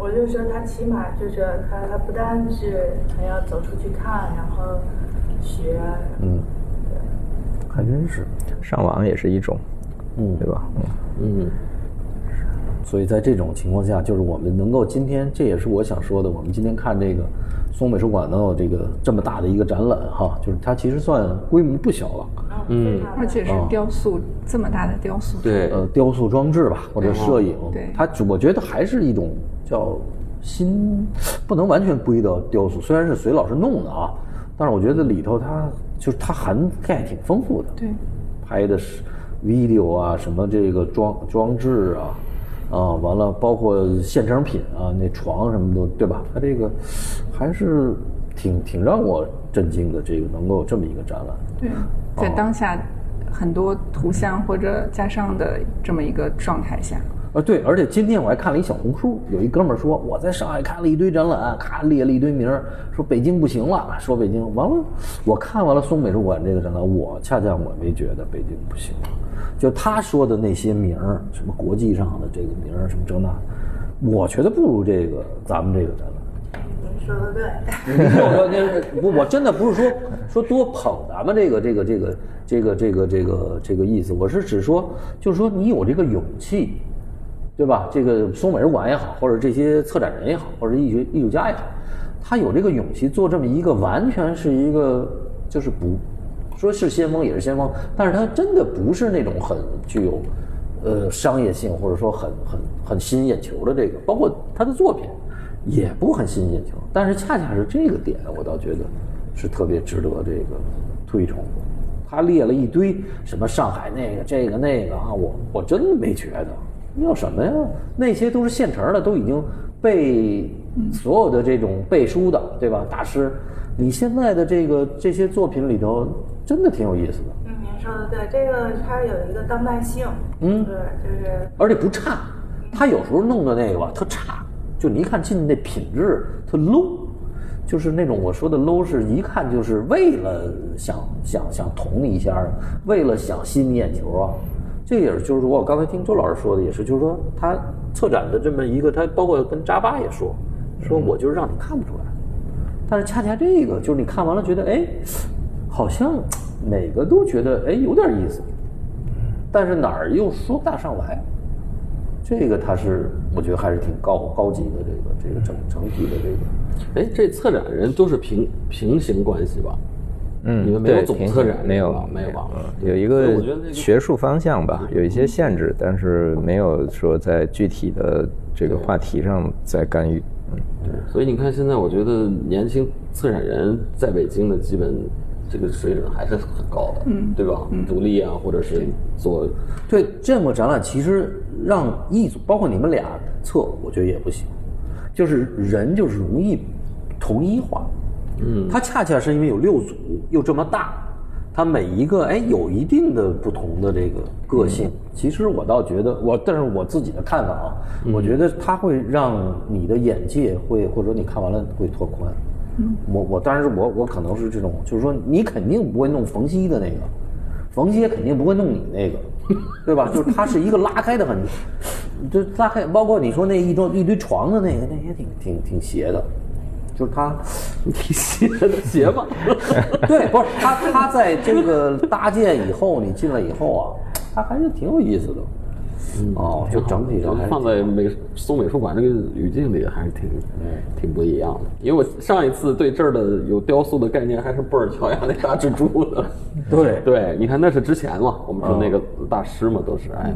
[SPEAKER 6] 我就说他起码就是他，他不单是还要走出去看，然后学，嗯，
[SPEAKER 1] 还真是，
[SPEAKER 4] 上网也是一种，嗯，对吧？嗯。
[SPEAKER 1] 所以在这种情况下，就是我们能够今天，这也是我想说的。我们今天看这个松美术馆能有这个这么大的一个展览哈，就是它其实算规模不小了。
[SPEAKER 6] 嗯，
[SPEAKER 3] 而且是雕塑、这么大的雕塑，
[SPEAKER 2] 哦对，
[SPEAKER 1] 呃，雕塑装置吧，或者摄影，
[SPEAKER 3] 哦对
[SPEAKER 1] 它只我觉得还是一种叫新，不能完全归到雕塑，虽然是隋老师弄的啊，但是我觉得里头它就是它涵盖挺丰富的，
[SPEAKER 3] 对，
[SPEAKER 1] 拍的是 video 啊，什么这个装装置啊，啊，完了包括现成品啊，那床什么的，对吧？它这个还是挺挺让我震惊的，这个能够有这么一个展览，
[SPEAKER 3] 对，在当下很多图像或者加上的这么一个状态下，
[SPEAKER 1] 啊，对，而且今天我还看了一小红书，有一哥们儿说我在上海看了一堆展览，咔列了一堆名儿，说北京不行了，说北京完了，我看完了松美术馆这个展览，我恰恰我没觉得北京不行，就他说的那些名儿，什么国际上的这个名儿，什么这那，我觉得不如这个咱们这个展览。
[SPEAKER 6] 您说的对，
[SPEAKER 1] 我那不，我真的不是说说多捧咱们这个这个这个这个这个这个这个意思，我是指说，就是说你有这个勇气，对吧？这个松美术馆也好，或者这些策展人也好，或者艺术艺术家也好，他有这个勇气做这么一个完全是一个就是不说是先锋也是先锋，但是他真的不是那种很具有呃商业性或者说很很很吸引眼球的这个，包括他的作品。也不很吸引眼球，但是恰恰是这个点，我倒觉得是特别值得这个推崇的。他列了一堆什么上海那个这个那个啊，我我真没觉得，你有什么呀？那些都是现成的，都已经被所有的这种背书的，对吧？大师，你现在的这个这些作品里头，真的挺有意思的，
[SPEAKER 6] 嗯，您说的对，这个它有一个当代性，嗯，对，就是
[SPEAKER 1] 而且不差。他有时候弄的那个吧，特差，就你一看进去那品质特 low，就是那种我说的 low 是一看就是为了想想想捅你一下儿，为了想吸你眼球啊。这也是就是我刚才听周老师说的，也是就是说他策展的这么一个，他包括跟扎巴也说，说我就是让你看不出来，但是恰恰这个就是你看完了觉得哎，好像每个都觉得哎有点意思，但是哪儿又说不大上来。这个它是，我觉得还是挺高高级的，这个这个整整体的这个，
[SPEAKER 2] 哎，这策展人都是平平行关系吧？
[SPEAKER 4] 嗯，
[SPEAKER 2] 你们没有
[SPEAKER 4] 对
[SPEAKER 2] 总
[SPEAKER 4] 平
[SPEAKER 2] 策
[SPEAKER 4] 行
[SPEAKER 2] 展
[SPEAKER 4] 没
[SPEAKER 2] 这
[SPEAKER 4] 有
[SPEAKER 2] 个吧没有吧
[SPEAKER 4] 嗯有一
[SPEAKER 2] 所以我觉得那个
[SPEAKER 4] 个
[SPEAKER 2] 嗯
[SPEAKER 4] 学术方向吧，有一些限制，但是没有说在具体的这个话题上在干预。嗯，
[SPEAKER 2] 所以你看，现在我觉得年轻策展人在北京的基本这个水准还是很高的，嗯，对吧？独立啊，或者是做
[SPEAKER 1] 对这么展览其实让艺术，包括你们俩测，我觉得也不行，就是人就是容易同一化，嗯，它恰恰是因为有六组又这么大，它每一个哎有一定的不同的这个个性，其实我倒觉得我，但是我自己的看法啊，我觉得它会让你的眼界会或者说你看完了会拓宽。我我当然是我我可能是这种，就是说你肯定不会弄冯曦的那个，冯曦也肯定不会弄你那个，对吧？就是它是一个拉开的很，就拉开，包括你说那一堆一堆床的那个，那也挺挺挺邪的，就是它挺邪的邪 (laughs) 嘛。对，不是它它在这个搭建以后，你进来以后啊，它还是挺有意思的。哦，就整体上还是
[SPEAKER 2] 放在美松美术馆这个语境里，还是挺挺不一样的。因为我上一次对这儿的有雕塑的概念，还是布尔 (laughs) 乔亚那大蜘蛛呢。
[SPEAKER 1] 对
[SPEAKER 2] 对，你看那是之前嘛，我们说那个
[SPEAKER 1] 嗯
[SPEAKER 2] 大师嘛，都是哎，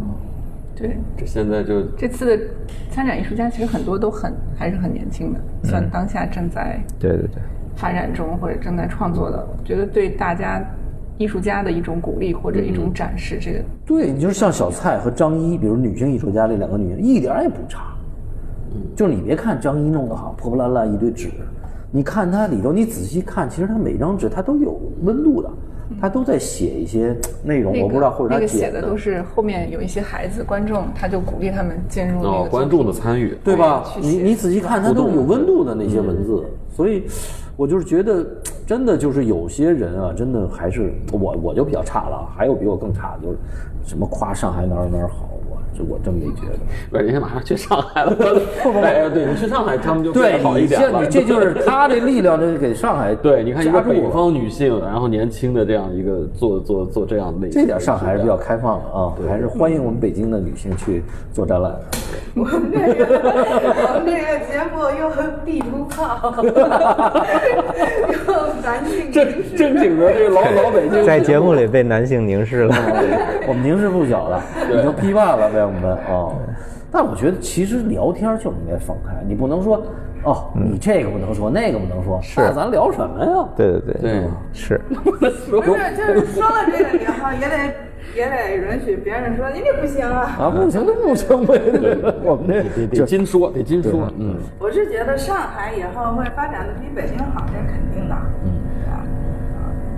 [SPEAKER 3] 对。
[SPEAKER 2] 这现在就
[SPEAKER 3] 这次的参展艺术家其实很多都很还是很年轻的，算当下正在
[SPEAKER 4] 对对对。
[SPEAKER 3] 发展中或者正在创作的，我觉得对大家艺术家的一种鼓励或者一种展示，这个
[SPEAKER 1] 对，你就是像小蔡和张一，比如女性艺术家这两个女人，一点儿也不差。就是你别看张一弄得好破破烂烂一堆纸，你看它里头，你仔细看，其实它每张纸它都有温度的，它都在写一些内容，
[SPEAKER 3] 那
[SPEAKER 1] 我
[SPEAKER 3] 个
[SPEAKER 1] 不知道或者
[SPEAKER 3] 那
[SPEAKER 1] 它
[SPEAKER 3] 个
[SPEAKER 1] 解
[SPEAKER 3] 写的都是后面有一些孩子观众，他就鼓励他们进入那
[SPEAKER 2] 哦
[SPEAKER 3] 个，
[SPEAKER 2] 观众的参与，
[SPEAKER 1] 嗯对吧
[SPEAKER 3] 去？
[SPEAKER 1] 你
[SPEAKER 3] 写
[SPEAKER 1] 你仔细看，它都是有温度的那
[SPEAKER 2] 嗯
[SPEAKER 1] 些文字，所以，我就是觉得，真的就是有些人啊，真的还是我我就比较差了啊，还有比我更差的，就是什么夸上海哪儿哪儿好，我这我真没觉得。
[SPEAKER 2] 不是人家马上去上
[SPEAKER 1] (laughs)
[SPEAKER 2] 海了，哎，对你去上海，他们就变
[SPEAKER 1] 对
[SPEAKER 2] 得好一
[SPEAKER 1] 你
[SPEAKER 2] 点
[SPEAKER 1] 这
[SPEAKER 2] 了
[SPEAKER 1] 你这就是他这力量，就是给上海
[SPEAKER 2] (laughs) 对，你看一
[SPEAKER 1] 夹
[SPEAKER 2] 个
[SPEAKER 1] 住
[SPEAKER 2] 北
[SPEAKER 1] 了，
[SPEAKER 2] 方女性，然后年轻的这样一个做做做这样类型的
[SPEAKER 1] 这点上海还是比较开放的啊，还是欢迎我们北京的女性去做展览。
[SPEAKER 6] 我们这个我们这哦个节目又地图炮， (laughs) 又男性凝视
[SPEAKER 2] 正经的这个嗯老老北京，
[SPEAKER 4] 在节目里被男性凝视了。
[SPEAKER 1] 我们凝视不小了，已经
[SPEAKER 7] 哦
[SPEAKER 1] 批判了被我们啊。但我觉得其实聊天就应该放开，你不能说
[SPEAKER 7] 哦，你这个不能说，那个不能说，是那咱聊什么呀？
[SPEAKER 4] 对对对
[SPEAKER 1] 嗯
[SPEAKER 2] 对
[SPEAKER 4] 是，
[SPEAKER 6] 不是，就是说了这个以后，也得也得允许别人说你这不行啊。
[SPEAKER 7] 啊，不行就不行呗，我们这
[SPEAKER 2] 得得金说，得金说，嗯，
[SPEAKER 6] 我是觉得上海以后会发展的比北京好，这肯定的。嗯，啊，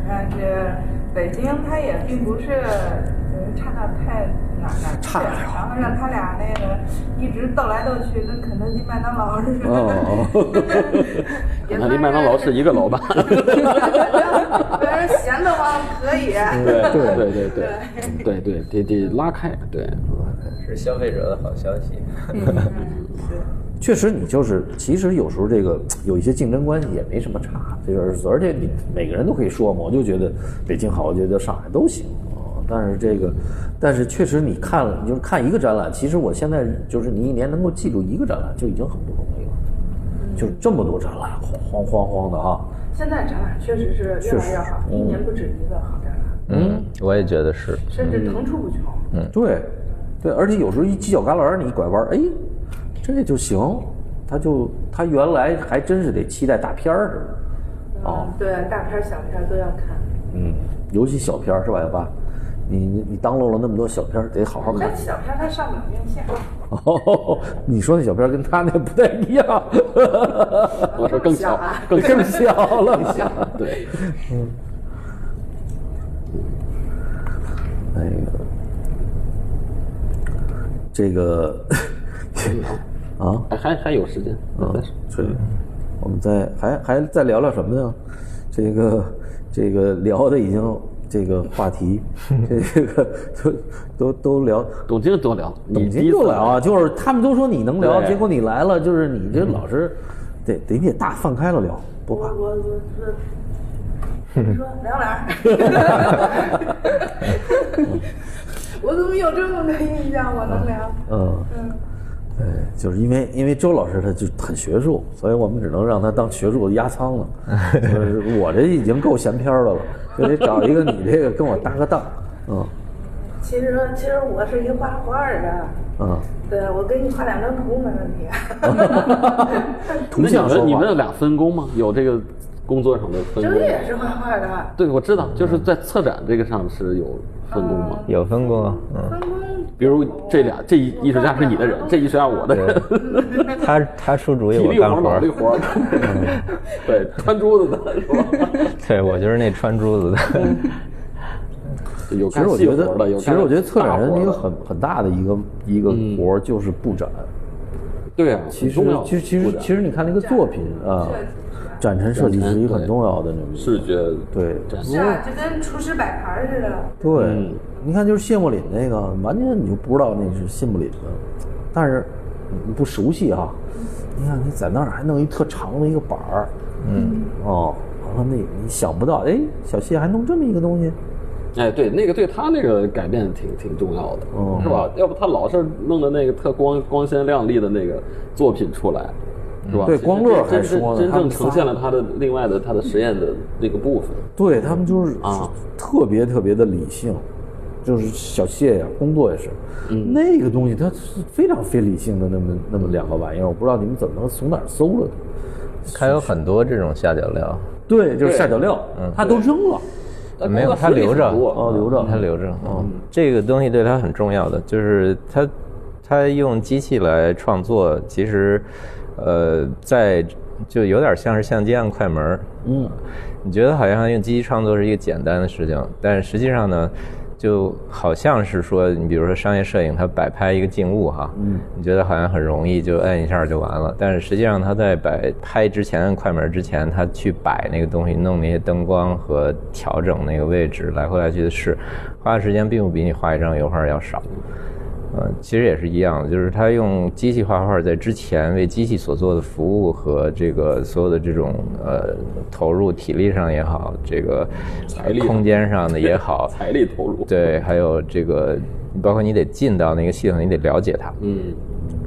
[SPEAKER 6] 但是北京它也并不是呃差到太哪哪差了，然后让他俩那个一直斗来斗去，跟肯德基、麦当劳似的。 (laughs)
[SPEAKER 2] 肯德基、麦当劳是一个老板。
[SPEAKER 6] 别人闲得慌可以。
[SPEAKER 2] 对对对对对对，得得拉开，对，
[SPEAKER 8] 是消费者的好消息。
[SPEAKER 7] 确实，你就是其实有时候这个有一些竞争关系也没什么差，就是而且你每个人都可以说嘛，我就觉得北京好，我觉得上海都行啊、哦但是这个，但是确实你看了，你就是看一个展览，其实我现在就是你一年能够记住一个展览就已经很不容易了，就是这么多展览，慌慌慌的啊，
[SPEAKER 9] 现在展览确实是越来越好，一年不止一个好展览，
[SPEAKER 4] 嗯，我也觉得是，
[SPEAKER 9] 甚至层出不穷。
[SPEAKER 1] 嗯
[SPEAKER 7] 对，对，而且有时候一犄角旮旯儿你一拐弯儿，哎，这就行，他就他原来还真是得期待大片儿似的。哦
[SPEAKER 9] 嗯，对，大片儿小片儿都要看。
[SPEAKER 7] 嗯，尤其小片儿是吧，爸？你你你当漏了那么多小片儿，得好好看
[SPEAKER 6] 但。哎小片它上不了院线，
[SPEAKER 7] 哦， (laughs) 你说那小片儿跟他那不太一样， (laughs)
[SPEAKER 2] 我说更小，
[SPEAKER 6] 啊
[SPEAKER 2] 更小
[SPEAKER 7] 更小了。
[SPEAKER 2] 对，
[SPEAKER 7] 嗯那个，这个 (laughs) 啊，
[SPEAKER 2] 哎还还还有时间，
[SPEAKER 7] 嗯，是，我们再还还再聊聊什么呢？这个这个聊的已经这个话
[SPEAKER 2] (laughs)
[SPEAKER 7] 题，这个都都都聊。
[SPEAKER 2] 董卿多聊，
[SPEAKER 7] 董
[SPEAKER 2] 你第
[SPEAKER 7] 卿
[SPEAKER 2] 一次
[SPEAKER 7] 就聊啊，就是他们都说你能聊，
[SPEAKER 2] 对嗯
[SPEAKER 7] 结果你来了，就是你这老是得得你得大放开了聊，不怕
[SPEAKER 9] 我我我我
[SPEAKER 6] 说聊聊。
[SPEAKER 2] (laughs)
[SPEAKER 9] 我怎么有这么个印象？我能聊？
[SPEAKER 7] 嗯，对，就是因为因为周老师他就很学术，所以我们只能让他当学术压舱了。就是我这已经够闲篇儿的了，就得找一个你这个跟我搭个档。嗯
[SPEAKER 9] 其实其实我是一画画的，
[SPEAKER 7] 嗯，
[SPEAKER 9] (laughs) 对我给你画两张图没问题。
[SPEAKER 2] (laughs)
[SPEAKER 7] 图像
[SPEAKER 2] 那
[SPEAKER 7] 说
[SPEAKER 2] 你们你
[SPEAKER 7] 话
[SPEAKER 2] 们有俩分工吗？有这个工作上的分
[SPEAKER 9] 周
[SPEAKER 2] 工
[SPEAKER 9] 丽
[SPEAKER 2] 吗？
[SPEAKER 9] 也是画画的，
[SPEAKER 2] 对，我知道，就是在策展这个上是有分工吗？
[SPEAKER 4] 有分工啊，
[SPEAKER 9] 分工
[SPEAKER 2] 嗯比如这俩，这艺艺术家是你的人，这艺术家我的人， (laughs)
[SPEAKER 9] (laughs)
[SPEAKER 4] 嗯，他他出主意
[SPEAKER 2] 体
[SPEAKER 4] 我
[SPEAKER 2] 力活
[SPEAKER 4] 干
[SPEAKER 2] 儿
[SPEAKER 4] 活
[SPEAKER 2] 脑
[SPEAKER 4] 儿
[SPEAKER 2] 力，活儿，
[SPEAKER 7] 嗯
[SPEAKER 2] (laughs) 对，穿珠子的是
[SPEAKER 7] (laughs)
[SPEAKER 2] 吧？
[SPEAKER 4] (laughs) 对我就是那穿珠子的，
[SPEAKER 2] 嗯有
[SPEAKER 7] 其实
[SPEAKER 2] 干
[SPEAKER 7] 我
[SPEAKER 2] 细
[SPEAKER 7] 觉
[SPEAKER 2] (laughs) 活
[SPEAKER 7] 得
[SPEAKER 2] 儿的，有，
[SPEAKER 7] 其实我觉得策展人一
[SPEAKER 2] 一
[SPEAKER 7] 个很很大的一个一个活儿就是布展。
[SPEAKER 2] 对啊，
[SPEAKER 7] 其实
[SPEAKER 2] 很嗯重要
[SPEAKER 7] 其实其实其实你看那个作品啊，展陈设计是一个很重要的那么一个
[SPEAKER 2] 视觉
[SPEAKER 7] 对
[SPEAKER 6] 是啊，就跟厨师摆盘儿似的。
[SPEAKER 7] 对，你看就是谢幕林那个，完全你就不知道那是谢幕林的，但是你不熟悉啊。你看你在那儿还弄一特长的一个板儿，嗯，哦，完了那你想不到，哎，小谢还弄这么一个东西，
[SPEAKER 2] 哎，对，那个对他那个改变挺挺重要的，
[SPEAKER 7] 嗯
[SPEAKER 2] 是吧？要不他老是弄的那个特光光鲜亮丽的那个作品出来，是吧？
[SPEAKER 7] 对
[SPEAKER 2] 其实
[SPEAKER 7] 光乐
[SPEAKER 2] 这
[SPEAKER 7] 还说呢
[SPEAKER 2] 真真
[SPEAKER 7] 他
[SPEAKER 2] 正
[SPEAKER 7] 们仨
[SPEAKER 2] 呈现了他的另外的他的实验的那个部分。
[SPEAKER 7] 对他们就是
[SPEAKER 2] 啊
[SPEAKER 7] 特别特别的理性，就是小谢呀、工作也是，那个东西它是非常非理性的那么那么两个玩意儿，我不知道你们怎么能从哪儿搜了
[SPEAKER 4] 他
[SPEAKER 7] 它。
[SPEAKER 4] 有很多这种下脚料，
[SPEAKER 7] 对，嗯就是下脚料，他都扔了，
[SPEAKER 4] 没有他留着，
[SPEAKER 7] 哦，留着，
[SPEAKER 4] 他留着。嗯，这个东西对他很重要的，就是他他用机器来创作，其实呃，在就有点像是相机按快门儿。嗯，你觉得好像用机器创作是一个简单的事情，但实际上呢？就好像是说，你比如说商业摄影，它摆拍一个静物哈，嗯，你觉得好像很容易，就哎摁一下就完了。但是实际上，它在摆拍之前按快门之前，它去摆那个东西，弄那些灯光和调整那个位置，来回来去的试，花的时间并不比你画一张油画要少。嗯，其实也是一样的，就是他用机器画画在之前为机器所做的服务和这个所有的这种呃投入体力上也好，这个呃
[SPEAKER 2] 财力
[SPEAKER 4] 空间上的也好，
[SPEAKER 2] 财力投入，
[SPEAKER 4] 对，还有这个，包括你得进到那个系统，你得了解它，
[SPEAKER 2] 嗯，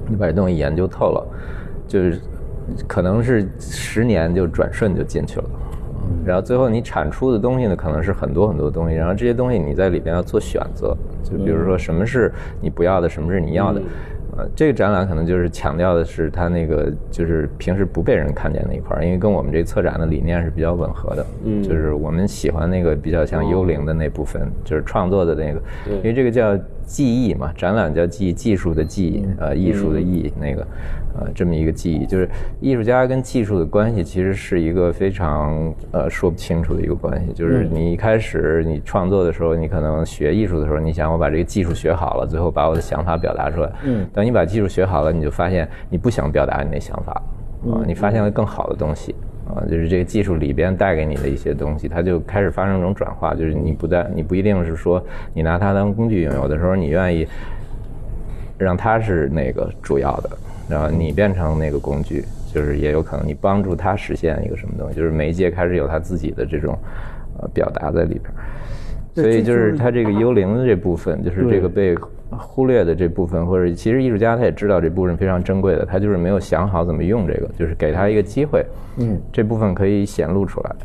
[SPEAKER 4] 你把这东西研究透了，就是可能是十年就转瞬就进去了。然后最后你产出的东西呢，可能是很多很多东西，然后这些东西你在里边要做选择，就比如说什么是你不要的，什么是你要的，呃，这个展览可能就是强调的是它那个就是平时不被人看见的一块儿，因为跟我们这策展的理念是比较吻合的。嗯，就是我们喜欢那个比较像幽灵的那部分，就是创作的那个，因为这个叫技艺嘛，展览叫技艺，技术的技艺，呃，艺术的艺，那个，呃，这么一个技艺，就是艺术家跟技术的关系其实是一个非常呃说不清楚的一个关系，就是你一开始你创作的时候，你可能学艺术的时候，你想我把这个技术学好了，最后把我的想法表达出来，嗯，等你把技术学好了，你就发现你不想表达你的想法了啊，你发现了更好的东西。啊，就是这个技术里边带给你的一些东西，它就开始发生一种转化，就是你不但你不一定是说你拿它当工具用，有的时候你愿意让它是那个主要的，然后你变成那个工具，就是也有可能你帮助它实现一个什么东西，就是媒介开始有它自己的这种呃表达在里边儿。所以就是它这个幽灵的这部分，就是这个被忽略的这部分，或者其实艺术家他也知道这部分非常珍贵的，他就是没有想好怎么用这个，就是给他一个机会，嗯，这部分可以显露出来。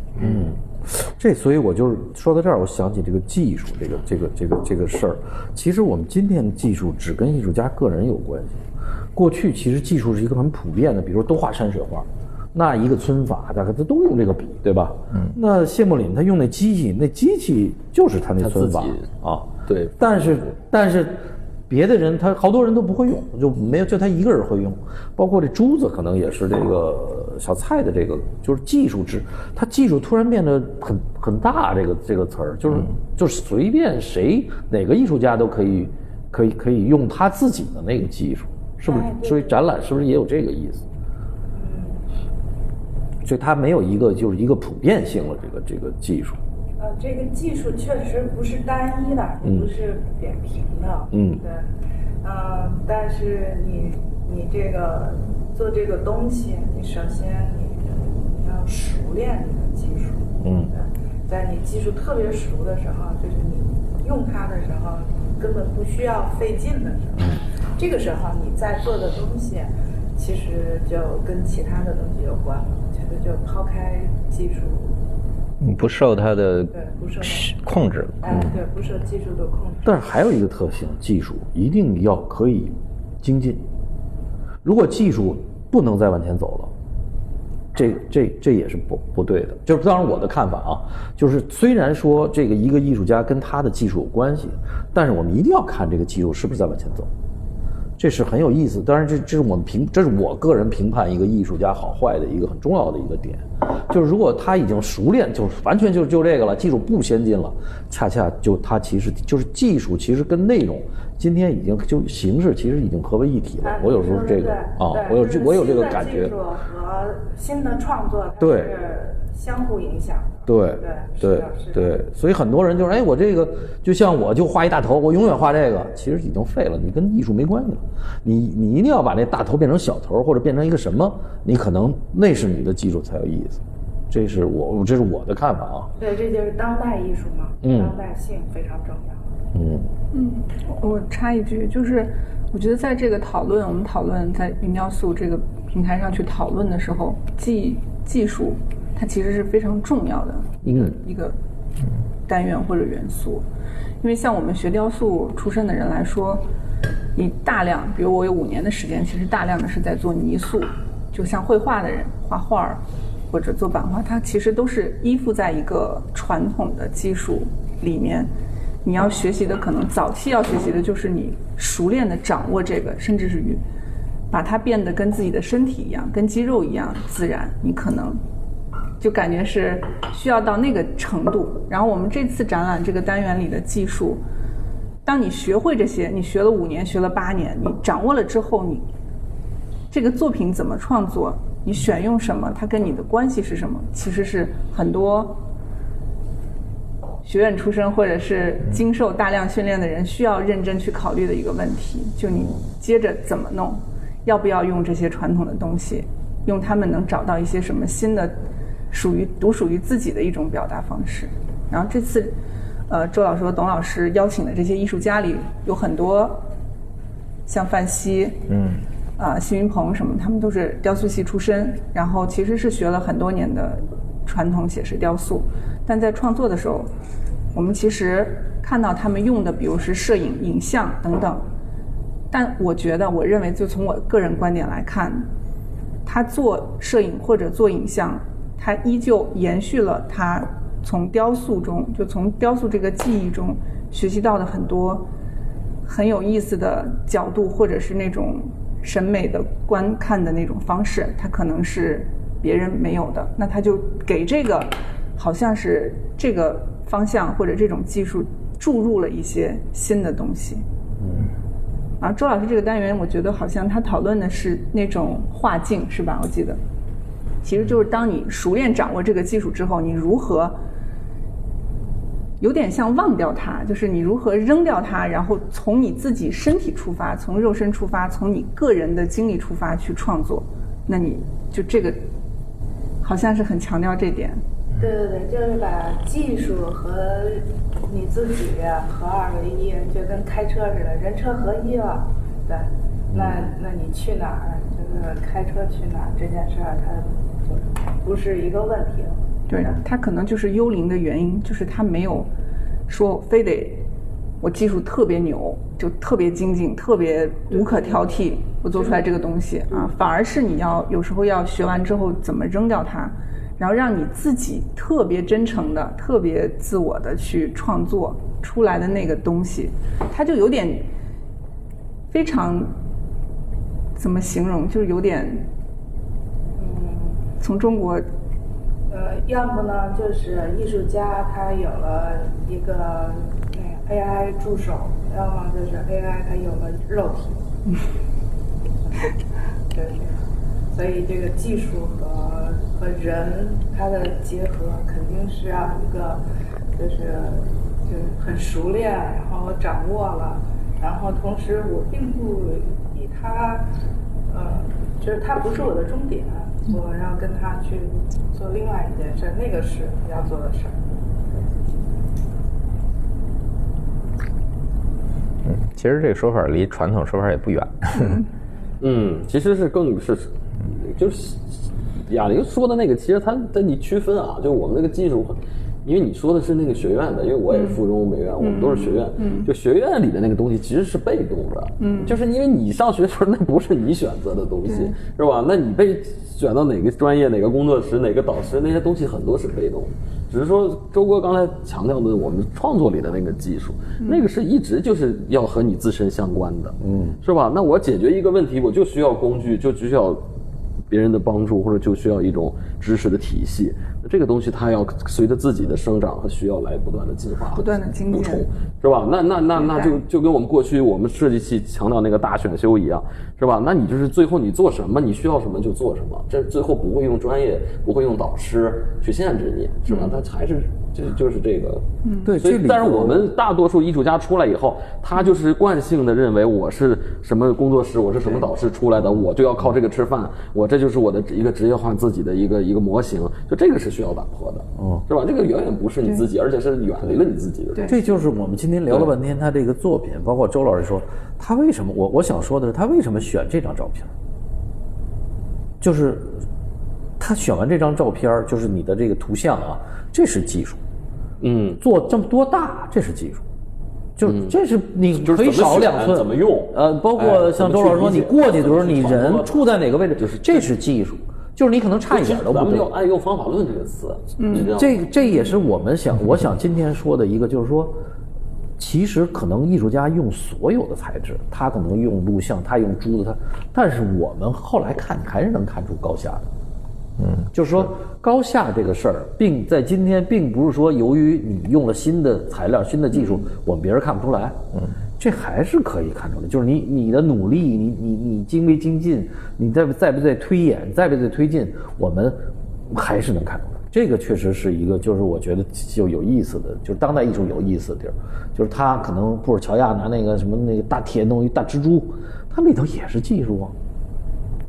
[SPEAKER 7] 这，所以我就是说到这儿，我想起这个技术，这个这个这个这个事儿。其实我们今天的技术只跟艺术家个人有关系。过去其实技术是一个很普遍的，比如说都画山水画，那一个皴法，大概他都用这个笔，对吧？嗯。那谢幕林他用那机器，那机器就是他那皴法
[SPEAKER 2] 他自己
[SPEAKER 7] 啊。
[SPEAKER 2] 对，
[SPEAKER 7] 但是但是别的人他好多人都不会用，就没有就他一个人会用，包括这珠子可能也是这个呃小蔡的这个就是技术之，他技术突然变得很很大这个这个词儿，就是、就是随便谁哪个艺术家都可以可以可以用他自己的那个技术，是不是？所以展览是不是也有这个意思？所以它没有一个就是一个普遍性的这个这个技术，
[SPEAKER 10] 呃，这个技术确实不是单一的，不是扁平的，
[SPEAKER 7] 嗯
[SPEAKER 10] 对，呃，但是你你这个做这个东西，你首先你你要熟练你的技术，嗯，在你技术特别熟的时候，就是你用它的时候，你根本不需要费劲的时候，这个时候你在做的东西，其实就跟其他的东西有关了，我觉得就抛开技术。
[SPEAKER 4] 你不受它的
[SPEAKER 10] 对不受
[SPEAKER 4] 控制，
[SPEAKER 10] 哎，
[SPEAKER 7] 嗯
[SPEAKER 10] 对，不受技术的控制。
[SPEAKER 7] 但是还有一个特性，技术一定要可以精进。如果技术不能再往前走了，这这这也是不不对的。就是当然我的看法啊，就是虽然说这个一个艺术家跟他的技术有关系，但是我们一定要看这个技术是不是在往前走。这是很有意思。当然这，这是我们评，这是我个人评判一个艺术家好坏的一个很重要的一个点，就是如果他已经熟练，就是完全就就这个了，技术不先进了，恰恰就他其实就是技术，其实跟内容今天已经就形式其实已经合为一体了
[SPEAKER 11] 嗯
[SPEAKER 10] 哎。
[SPEAKER 7] 我有时候是这
[SPEAKER 10] 对
[SPEAKER 7] 个
[SPEAKER 10] 对
[SPEAKER 7] 啊
[SPEAKER 10] 对，
[SPEAKER 7] 我有这
[SPEAKER 10] 就是
[SPEAKER 7] 我有这个
[SPEAKER 10] 新的
[SPEAKER 7] 感觉
[SPEAKER 10] 技术，和新的创作它
[SPEAKER 7] 对
[SPEAKER 10] 是相互影响的。
[SPEAKER 7] 对
[SPEAKER 10] 对
[SPEAKER 7] 对
[SPEAKER 10] 是的是的
[SPEAKER 7] 对，所以很多人就是哎，我这个就像我就画一大头，我永远画这个，其实已经废了，你跟艺术没关系了。你你一定要把那大头变成小头，或者变成一个什么，你可能那是你的技术才有意思。这是我这是我的看法啊。
[SPEAKER 10] 对，这就是当代艺术嘛，
[SPEAKER 7] 嗯
[SPEAKER 10] 当代性非常重要。
[SPEAKER 3] 嗯，我插一句，就是我觉得在这个讨论，我们讨论在云雕塑这个平台上去讨论的时候，技技术它其实是非常重要的一个、一个单元或者元素，因为像我们学雕塑出身的人来说，你大量，比如我有五年的时间，其实大量的是在做泥塑，就像绘画的人画画儿或者做版画，它其实都是依附在一个传统的技术里面。你要学习的可能早期要学习的就是你熟练的掌握这个，甚至是与把它变得跟自己的身体一样，跟肌肉一样自然，你可能就感觉是需要到那个程度。然后我们这次展览这个单元里的技术，当你学会这些，你学了五年，学了八年，你掌握了之后，你这个作品怎么创作，你选用什么，它跟你的关系是什么，其实是很多学院出身或者是经受大量训练的人需要认真去考虑的一个问题，就你接着怎么弄，要不要用这些传统的东西，用他们能找到一些什么新的，属于独属于自己的一种表达方式。然后这次，呃，周老师和董老师邀请的这些艺术家里，有很多像范希，嗯，啊、辛云鹏什么，他们都是雕塑系出身，然后其实是学了很多年的传统写实雕塑，但在创作的时候，我们其实看到他们用的，比如是摄影、影像等等，但我觉得，我认为，就从我个人观点来看，他做摄影或者做影像，他依旧延续了他从雕塑中，就从雕塑这个技艺中学习到的很多很有意思的角度，或者是那种审美的观看的那种方式，他可能是别人没有的。那他就给这个，好像是这个方向或者这种技术注入了一些新的东西。啊，周老师这个单元，我觉得好像他讨论的是那种画境，是吧？我记得，其实就是当你熟练掌握这个技术之后，你如何有点像忘掉它，就是你如何扔掉它，然后从你自己身体出发，从肉身出发，从你个人的经历出发去创作。那你就这个好像是很强调这点。
[SPEAKER 11] 对对对，就是把技术和你自己合二为一，就跟开车似的，人车合一了。对，
[SPEAKER 7] 嗯
[SPEAKER 11] 那那你去哪儿，就是开车去哪儿这件事儿，它就不是一个问题了。
[SPEAKER 3] 对，它可能就是幽灵的原因，就是它没有说非得我技术特别牛，就特别精进，特别无可挑剔，我做出来这个东西啊，反而是你要有时候要学完之后怎么扔掉它。然后让你自己特别真诚的、特别自我的去创作出来的那个东西，它就有点非常怎么形容？就是有点，嗯，从中国
[SPEAKER 11] 呃，要么呢，就是艺术家他有了一个哎那 AI 助手，要么就是 AI 它有了肉体。对，所以这个技术和和人它的结合肯定是要一个，就是就是很熟练，然后掌握了，然后同时我并不以它，呃，就是它不是我的终点，我要跟他去做另外一件事，那个是要做的事儿。
[SPEAKER 4] 嗯，其实这个说法离传统说法也不远。
[SPEAKER 2] 嗯，其实是更是，就是哑铃说的那个，其实它它你区分啊，就我们这个技术，因为你说的是那个学院的，因为我也附中、美院，我们都是学院，就学院里的那个东西其实是被动的，嗯，就是因为你上学的时候那不是你选择的东西，是吧？那你被选到哪个专业、哪个工作室、哪个导师，那些东西很多是被动的。只是说周哥刚才强调的，我们创作里的那个技术，那个是一直就是要和你自身相关的，嗯，是吧？那我解决一个问题，我就需要工具，就需要别人的帮助，或者就需要一种知识的体系。那这个东西它要随着自己的生长和需要来不断的进化、
[SPEAKER 3] 不断的精
[SPEAKER 2] 补
[SPEAKER 3] 进
[SPEAKER 2] 充，是吧？那那那那
[SPEAKER 3] 对
[SPEAKER 2] 就就跟我们过去我们设计系强调那个大选修一样，是吧？那你就是最后你做什么，你需要什么就做什么，这最后不会用专业，不会用导师去限制你，是
[SPEAKER 3] 嗯
[SPEAKER 2] 吧？他还是就就是这个，嗯，
[SPEAKER 7] 对
[SPEAKER 2] 所
[SPEAKER 7] 这
[SPEAKER 2] 以
[SPEAKER 7] 里
[SPEAKER 2] 但是我们大多数艺术家出来以后，他就是惯性的认为我是什么工作室，我是什么导师出来的，我就要靠这个吃饭，我这就是我的一个职业化自己的一个一个模型，就这个是需要打破的，嗯，是吧？这个远远不是你自己，而且是远离了你自己的东西。
[SPEAKER 7] 这就是我们今天聊了半天他这个作品，包括周老师说他为什么，我我想说的是他为什么选这张照片儿，就是他选完这张照片儿，就是你的这个图像啊，这是技术，
[SPEAKER 2] 嗯，
[SPEAKER 7] 做这么多大，这是技术。就是这是你
[SPEAKER 2] 就是
[SPEAKER 7] 可以
[SPEAKER 2] 怎么
[SPEAKER 7] 少
[SPEAKER 2] 选
[SPEAKER 7] 两寸，
[SPEAKER 2] 怎么用
[SPEAKER 7] 呃，包括
[SPEAKER 2] 哎
[SPEAKER 7] 像
[SPEAKER 2] 怎
[SPEAKER 7] 周
[SPEAKER 2] 么
[SPEAKER 7] 老
[SPEAKER 2] 去
[SPEAKER 7] 师说，
[SPEAKER 2] 理
[SPEAKER 7] 你
[SPEAKER 2] 解
[SPEAKER 7] 过去的时候，
[SPEAKER 2] 怎么
[SPEAKER 7] 你
[SPEAKER 2] 去传
[SPEAKER 7] 人
[SPEAKER 2] 播
[SPEAKER 7] 处在哪个位置，就是这是技术，就是你可能差一点都
[SPEAKER 2] 咱
[SPEAKER 7] 不
[SPEAKER 2] 们
[SPEAKER 7] 对
[SPEAKER 2] 要。爱用方法论这个词，嗯，你知道吗
[SPEAKER 7] 这这也是我们想，我想今天说的一个，就是说，其实可能艺术家用所有的材质，他可能用录像，他用珠子，他，但是我们后来看，你还是能看出高下的。嗯，就是说高下这个事儿，并在今天，并不是说由于你用了新的材料、新的技术，我们别人看不出来。嗯，这还是可以看出来，就是你你的努力，你你你精没精进，你在不在不在推演，在不在推进，我们还是能看出来。这个确实是一个，就是我觉得就有意思的，就是当代艺术有意思的地儿，就是他可能布尔乔亚拿那个什么那个大铁弄一大蜘蛛，它里头也是技术啊。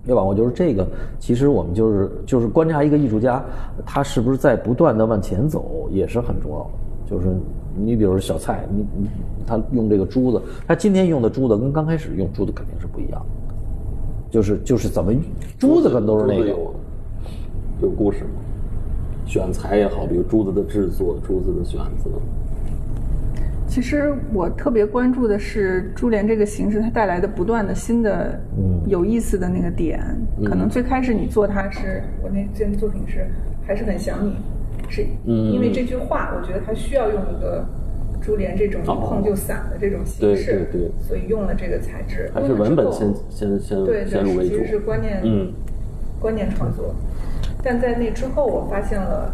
[SPEAKER 7] 对吧？我就是这个，其实我们就是就是观察一个艺术家，他是不是在不断的往前走，也是很重要的。就是你比如小蔡，你你他用这个珠子，他今天用的珠子跟刚开始用珠子肯定是不一样的，就是就是怎么珠子可能都是那
[SPEAKER 2] 珠
[SPEAKER 7] 个
[SPEAKER 2] 子，有有故事吗？选材也好，比如珠子的制作、珠子的选择，
[SPEAKER 3] 其实我特别关注的是珠联这个形式，它带来的不断的新的、
[SPEAKER 2] 嗯
[SPEAKER 3] 有意思的那个点。可能最开始你做它是，我那件作品是还是很想你，是
[SPEAKER 2] 嗯
[SPEAKER 3] 因为这句话，我觉得它需要用一个珠联这种一碰就散的这种形式，
[SPEAKER 2] 哦对对对
[SPEAKER 3] 所以用了这个材质。
[SPEAKER 2] 还是
[SPEAKER 3] 用了之
[SPEAKER 2] 文本
[SPEAKER 3] 后
[SPEAKER 2] 先先
[SPEAKER 3] 对
[SPEAKER 2] 先
[SPEAKER 3] 对
[SPEAKER 2] 先入为
[SPEAKER 3] 其
[SPEAKER 2] 主
[SPEAKER 3] 实。是观念，
[SPEAKER 2] 嗯，
[SPEAKER 3] 观念创作。但在那之后，我发现了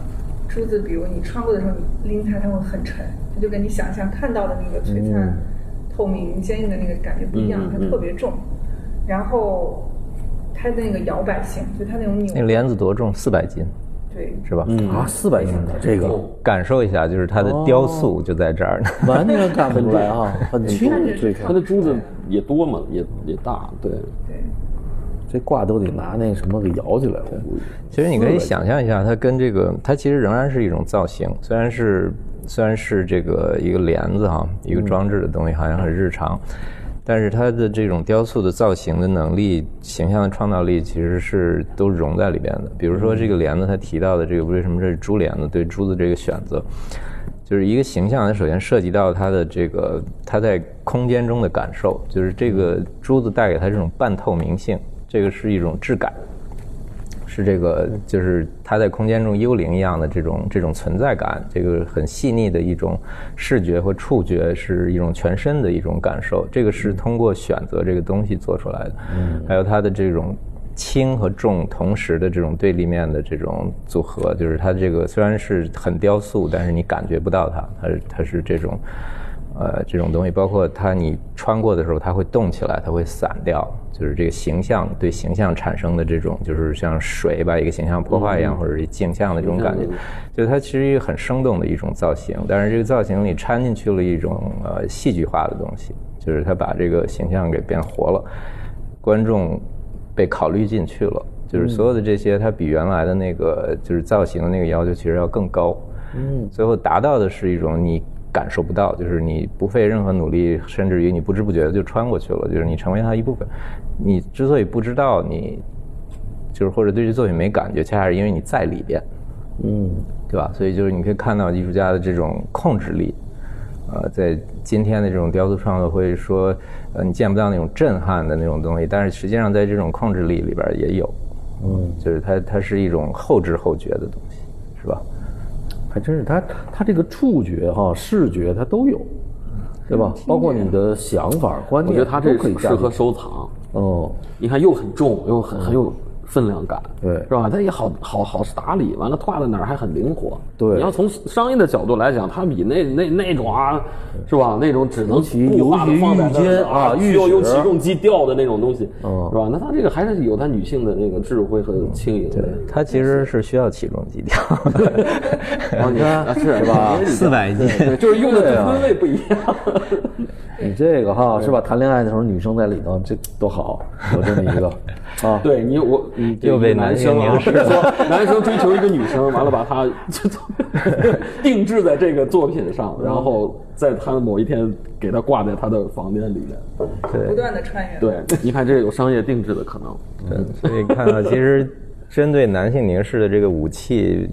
[SPEAKER 3] 珠子，比如你穿过的时候，你拎它，它会很沉，它就跟你想象看到的那个璀璨、透明、坚硬的那个感觉不一样，
[SPEAKER 2] 嗯嗯嗯
[SPEAKER 3] 它特别重。然后它的那个摇摆性，就它那种扭，
[SPEAKER 4] 那个帘子多重？四百斤
[SPEAKER 3] 对，
[SPEAKER 4] 是吧？
[SPEAKER 1] 啊，四百斤的这个
[SPEAKER 4] 感受一下，就是它的雕塑就在这儿呢。
[SPEAKER 7] 完全看不出来啊，很清楚这
[SPEAKER 2] 它
[SPEAKER 7] 个，
[SPEAKER 2] 的珠子也多嘛，也也大，对，
[SPEAKER 7] 这挂都得拿那什么给摇起来，我估计。
[SPEAKER 4] 其实你可以想象一下，它跟这个，它其实仍然是一种造型，虽然是虽然是这个一个帘子哈，一个装置的东西，好像很日常，但是它的这种雕塑的造型的能力、形象的创造力，其实是都融在里边的。比如说这个帘子，它提到的这个为什么这是珠帘子，对珠子这个选择。就是一个形象，它首先涉及到它的这个它在空间中的感受，就是这个珠子带给它这种半透明性，这个是一种质感。是这个，就是它在空间中幽灵一样的这种这种存在感，这个很细腻的一种视觉和触觉，是一种全身的一种感受。这个是通过选择这个东西做出来的，还有它的这种轻和重同时的这种对立面的这种组合，就是它这个虽然是很雕塑，但是你感觉不到它，它是它是这种。呃，这种东西，包括它你穿过的时候，它会动起来，它会散掉，就是这个形象对形象产生的这种，就是像水把一个形象破坏一样，或者是镜像的这种感觉，就是它其实一个很生动的一种造型，但是这个造型里掺进去了一种呃戏剧化的东西，就是它把这个形象给变活了，观众被考虑进去了，就是所有的这些，它比原来的那个就是造型的那个要求其实要更高。嗯，最后达到的是一种你感受不到，就是你不费任何努力，甚至于你不知不觉的就穿过去了，就是你成为它一部分。你之所以不知道，你就是或者对这作品没感觉，恰恰是因为你在里边。嗯，对吧？所以就是你可以看到艺术家的这种控制力，呃，在今天的这种雕塑创作会说，呃，你见不到那种震撼的那种东西，但是实际上在这种控制力里边也有，嗯，就是它它是一种后知后觉的东西，是吧？
[SPEAKER 7] 还真是他，他这个触觉哈、视觉他都有，对吧？包括你的想法、
[SPEAKER 2] 我
[SPEAKER 7] 观念，
[SPEAKER 2] 觉得它这
[SPEAKER 7] 都可以
[SPEAKER 2] 适
[SPEAKER 7] 加进去
[SPEAKER 2] 合收藏。
[SPEAKER 7] 哦，
[SPEAKER 2] 你看又很重，又很很有分量感，
[SPEAKER 7] 嗯对
[SPEAKER 2] 是吧？它也好好好打理，完了挂在哪儿还很灵活。
[SPEAKER 7] 对
[SPEAKER 2] 你要从商业的角度来讲，它比那那那种啊，是吧？那种只能
[SPEAKER 7] 其
[SPEAKER 2] 固化的
[SPEAKER 7] 尤其
[SPEAKER 2] 放在那
[SPEAKER 7] 浴
[SPEAKER 2] 儿
[SPEAKER 7] 巾啊
[SPEAKER 2] 需要
[SPEAKER 7] 浴
[SPEAKER 2] 用
[SPEAKER 7] 室
[SPEAKER 2] 起重机吊的那种东西，
[SPEAKER 7] 嗯
[SPEAKER 2] 是吧？那它这个还是有它女性的那个智慧和轻盈的。
[SPEAKER 4] 它其实是需要起重机调，
[SPEAKER 2] 然哦后你看是吧？
[SPEAKER 4] 四百斤。
[SPEAKER 2] 对，就是用
[SPEAKER 7] 啊
[SPEAKER 2] 的
[SPEAKER 7] (laughs)
[SPEAKER 2] 吨位不一样。
[SPEAKER 7] 你这个哈是吧？谈恋爱的时候女生在里头，这多好，有这么一个啊。
[SPEAKER 2] 对你我你这
[SPEAKER 4] 又被
[SPEAKER 2] 个男
[SPEAKER 4] 男性
[SPEAKER 2] 生啊，
[SPEAKER 4] 凝
[SPEAKER 2] 是
[SPEAKER 4] 视
[SPEAKER 2] (laughs) 说男生追求一个女生，完了把她就就 (laughs) 定制在这个作品上，然后在他的某一天给她挂在他的房间里面。
[SPEAKER 3] 不断的穿越。
[SPEAKER 2] 对，你看这有商业定制的可能。
[SPEAKER 4] 呃所以看到，其实针对男性凝视的这个武器，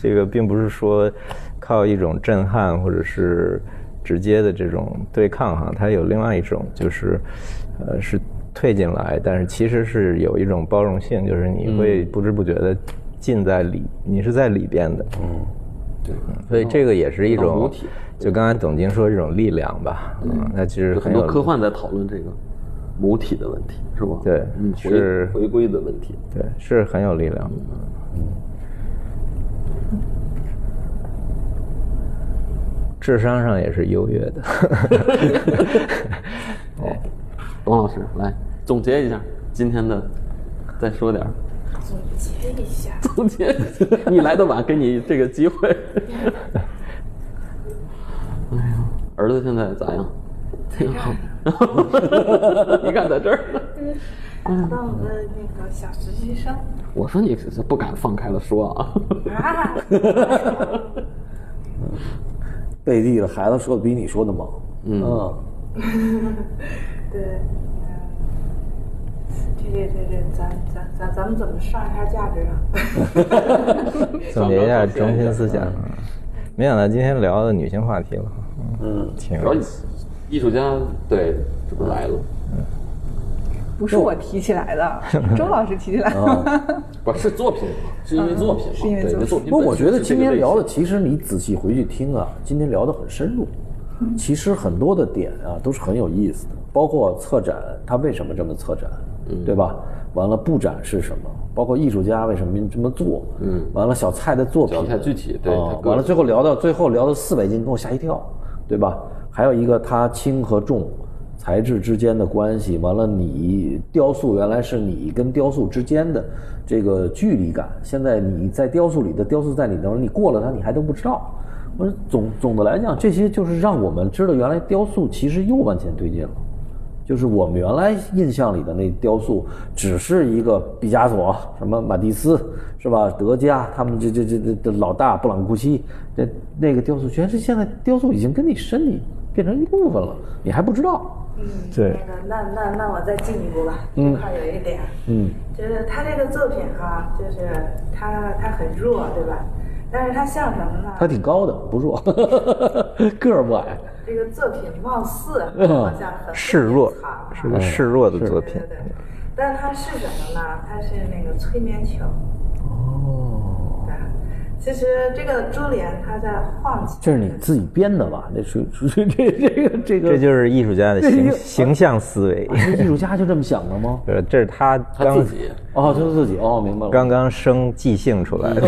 [SPEAKER 4] 这个并不是说靠一种震撼或者是直接的这种对抗哈，它有另外一种就是，呃，是退进来，但是其实是有一种包容性，就是你
[SPEAKER 2] 嗯
[SPEAKER 4] 会不知不觉的浸在里，你是在里边的，嗯。所以这个也是一
[SPEAKER 2] 当母
[SPEAKER 4] 种
[SPEAKER 2] 体，
[SPEAKER 4] 就刚才董卿说这种力量吧，嗯，那其实
[SPEAKER 2] 有很
[SPEAKER 4] 有
[SPEAKER 2] 多科幻在讨论这个母体的问题，是吧？
[SPEAKER 4] 对
[SPEAKER 2] 嗯，
[SPEAKER 4] 是
[SPEAKER 2] 回回归的问题。
[SPEAKER 4] 对，是很有力量的。智商上也是优越的，
[SPEAKER 12] (laughs)
[SPEAKER 2] 董老师来总结一下今天的，再说点儿。
[SPEAKER 11] 总结一下，
[SPEAKER 2] 总结，你来的晚，给你这个机会。哎呀，儿子现在咋样？挺好。 (laughs) 你看在这儿呢。
[SPEAKER 11] 当我们那个小实习生
[SPEAKER 2] 我说你只是不敢放开了说啊。
[SPEAKER 11] 啊，
[SPEAKER 7] (laughs) 背地里孩子说的比你说的猛，嗯，
[SPEAKER 11] 对，嗯，这这这这，咱咱咱咱们怎么上一下价值啊？
[SPEAKER 4] 总结一下中心思想。没想到今天聊的女性话题了，嗯
[SPEAKER 2] 嗯，
[SPEAKER 12] 挺
[SPEAKER 2] 主要
[SPEAKER 12] 有意思。
[SPEAKER 2] 艺术家对，这不来了，
[SPEAKER 3] 不是我提起来的，
[SPEAKER 2] (laughs)
[SPEAKER 3] 是周老师提起来
[SPEAKER 2] 哦
[SPEAKER 3] (laughs) 的。
[SPEAKER 2] 不是作品，是因为作品嘛，
[SPEAKER 3] 是因为
[SPEAKER 2] 对
[SPEAKER 3] 作品
[SPEAKER 2] 作品。
[SPEAKER 7] 不过我觉得今天聊的，，其实你仔细回去听啊，今天聊得很深入，其实很多的点啊都是很有意思的，包括策展它为什么这么策展，
[SPEAKER 2] 嗯
[SPEAKER 7] 对吧？完了布展是什么，包括艺术家为什么这么做，嗯，完了小蔡的作品
[SPEAKER 2] 小蔡具体对
[SPEAKER 7] 啊
[SPEAKER 2] 他个
[SPEAKER 7] 完了
[SPEAKER 2] 人
[SPEAKER 7] 最后聊到最后聊到四百斤，给我吓一跳，对吧？还有一个它轻和重。材质之间的关系，完了你雕塑原来是你跟雕塑之间的这个距离感，现在你在雕塑里的雕塑在你那儿，你过了它你还都不知道。我说总总的来讲，这些就是让我们知道原来雕塑其实又往前推进了。就是我们原来印象里的那雕塑，只是一个毕加索、什么马蒂斯是吧？德加他们这这这这这老大布朗库西，这那个雕塑，全是现在雕塑已经跟你身体变成一部分了，你还不知道。
[SPEAKER 12] 对，
[SPEAKER 6] 嗯那个那那那我再进一步吧，这块有一点，
[SPEAKER 7] 嗯，
[SPEAKER 6] 就是他这个作品哈、就是他他很弱，对吧？但是他像什么呢？
[SPEAKER 7] 他挺高的，不弱， (laughs) 个儿不矮。
[SPEAKER 6] 这个作品貌似好像很
[SPEAKER 12] 嗯示弱
[SPEAKER 6] 隐藏啊
[SPEAKER 12] 是个示弱的作
[SPEAKER 6] 对
[SPEAKER 12] 品
[SPEAKER 2] 嗯
[SPEAKER 6] 对，对，但它是什么呢？它是那个催眠球。哦。其实这个珠帘它在晃起。
[SPEAKER 7] 这是你自己编的吧？这是这这这个
[SPEAKER 12] 这
[SPEAKER 7] 这个，
[SPEAKER 12] 就是艺术家的
[SPEAKER 2] (laughs)
[SPEAKER 12] 形形象思维。 (laughs)
[SPEAKER 7] 这艺术家就这么想的吗？
[SPEAKER 12] 呃，这是他
[SPEAKER 2] 他
[SPEAKER 12] 刚
[SPEAKER 2] 自己
[SPEAKER 7] 哦，就是自己哦，明白了。
[SPEAKER 12] 刚刚生即兴出来的。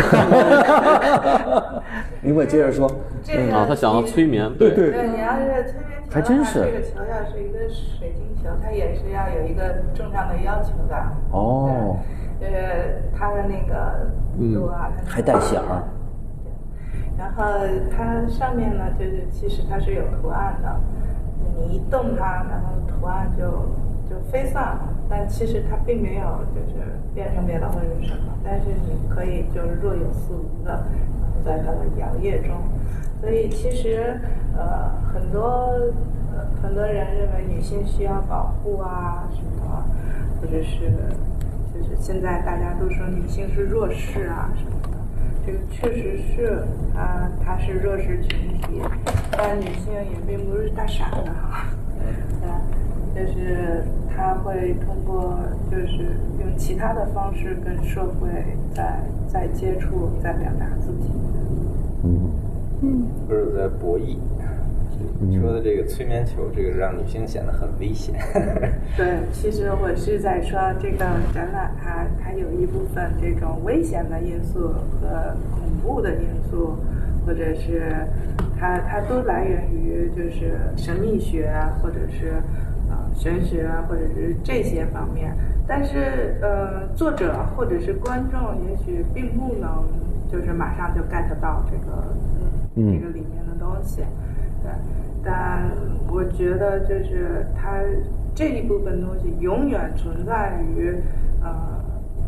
[SPEAKER 7] 你给我接着说，
[SPEAKER 6] 这个
[SPEAKER 7] 嗯
[SPEAKER 2] 啊，他想要催眠，对对，
[SPEAKER 6] 对，你要是催眠球的话，
[SPEAKER 7] 还真是
[SPEAKER 6] 这个球要是一个水晶球，它也是要有一个重量的要求的。
[SPEAKER 7] 哦，嗯
[SPEAKER 6] 对。就是它的那个螺啊，它那个
[SPEAKER 7] 还带响儿，
[SPEAKER 6] 然后它上面呢，就是其实它是有图案的，你一动它，然后图案就就飞散了。但其实它并没有就是变成别的或者是什么，但是你可以就是若有似无的，然后在它的摇曳中。所以其实呃很多呃很多人认为女性需要保护啊什么，或者是就是现在大家都说女性是弱势啊什么的。这个确实是，啊，她是弱势群体，但女性也并不是大傻子哈， (laughs) 啊，就是她会通过就是用其他的方式跟社会在在接触，在表达自己。
[SPEAKER 13] 或者在博弈。
[SPEAKER 4] 嗯
[SPEAKER 13] 你说的这个催眠球，这个让女性显得很危险。
[SPEAKER 6] 对，其实我是在说这个展览它它有一部分这种危险的因素和恐怖的因素，或者是它它都来源于就是神秘学啊或者是呃玄学或者是这些方面，但是呃作者或者是观众也许并不能就是马上就 get 到这个嗯这个里面的东西，对。但我觉得就是它这一部分东西永远存在于呃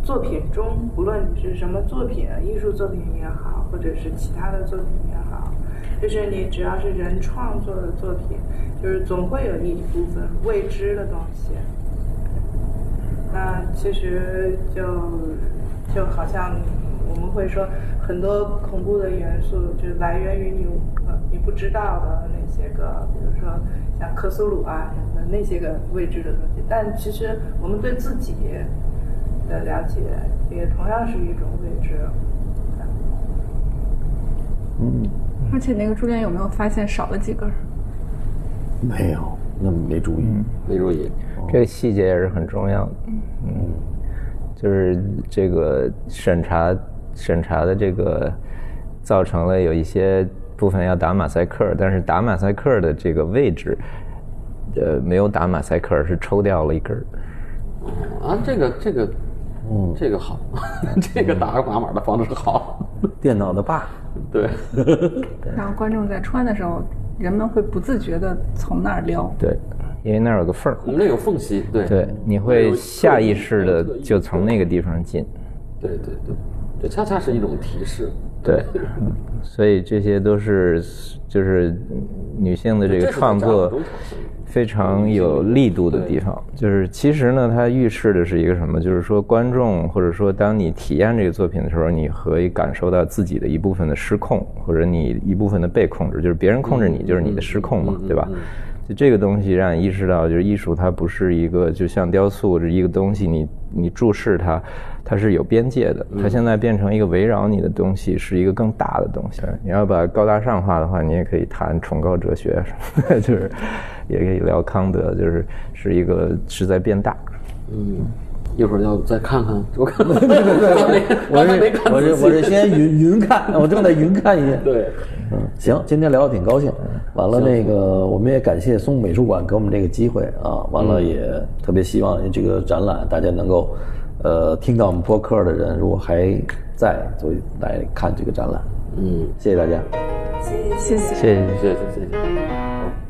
[SPEAKER 6] 作品中，无论你是什么作品，艺术作品也好，或者是其他的作品也好，就是你只要是人创作的作品，就是总会有一部分未知的东西。那其实就就好像我们会说，很多恐怖的元素就来源于你呃你不知道的那些个，比如说像克苏鲁啊什么的那些个未知的东西。但其实我们对自己的了解也同样是一种未知。
[SPEAKER 3] 而且那个珠帘有没有发现少了几根儿？
[SPEAKER 7] 没有，那没注意。
[SPEAKER 2] 没注意，
[SPEAKER 4] (laughs) 这个细节也是很重要的。嗯，就是这个审查审查的这个造成了有一些部分要打马赛克，但是打马赛克的这个位置，呃，没有打马赛克，是抽掉了一根儿。
[SPEAKER 2] 啊，这个这个，嗯，这个好，这个打个码码的方式好，
[SPEAKER 7] 电脑的爸，
[SPEAKER 2] (laughs) 对，
[SPEAKER 3] 然后观众在穿的时候，人们会不自觉的从那儿撩。
[SPEAKER 4] 对，因为那儿有个缝儿。
[SPEAKER 13] 嗯
[SPEAKER 2] 我们这有缝隙，对
[SPEAKER 4] 对，你会下意识的就从那个地方进。
[SPEAKER 2] 对对对，对，恰恰是一种提示。
[SPEAKER 4] 对，所以这些都是就是女性的这个创作非常有力度的地方。就是其实呢，它预示的是一个什么？就是说观众或者说当你体验这个作品的时候，你可以感受到自己的一部分的失控，或者你一部分的被控制，就是别人控制你，就是你的失控嘛，对
[SPEAKER 3] 嗯
[SPEAKER 4] 吧？就这个东西让你意识到，就是艺术它不是一个就像雕塑这一个东西，你你注视它，它是有边界的。
[SPEAKER 3] 嗯
[SPEAKER 4] 它现在变成一个围绕你的东西，是一个更大的东西。你要把高大上化的话，你也可以谈崇高哲学 (laughs) 什么的，就是也可以聊康德，就是是一个是在变大。
[SPEAKER 2] 嗯，一会儿要再看看，我看看， (laughs) 我
[SPEAKER 7] 是
[SPEAKER 2] 没看
[SPEAKER 7] (laughs) 我
[SPEAKER 2] 仔
[SPEAKER 7] 是
[SPEAKER 2] 细
[SPEAKER 7] 我是先云云看， (laughs) 我正在云看一眼。
[SPEAKER 2] 对，
[SPEAKER 7] 嗯，行，今天聊得挺高兴。完了，那个我们也感谢松美术馆给我们这个机会啊。完了，也特别希望这个展览大家能够，呃，听到我们播客的人如果还在，就来看这个展览。
[SPEAKER 2] 嗯，
[SPEAKER 7] 谢谢大家。
[SPEAKER 3] 谢谢。
[SPEAKER 4] 谢谢。
[SPEAKER 2] 谢谢谢谢。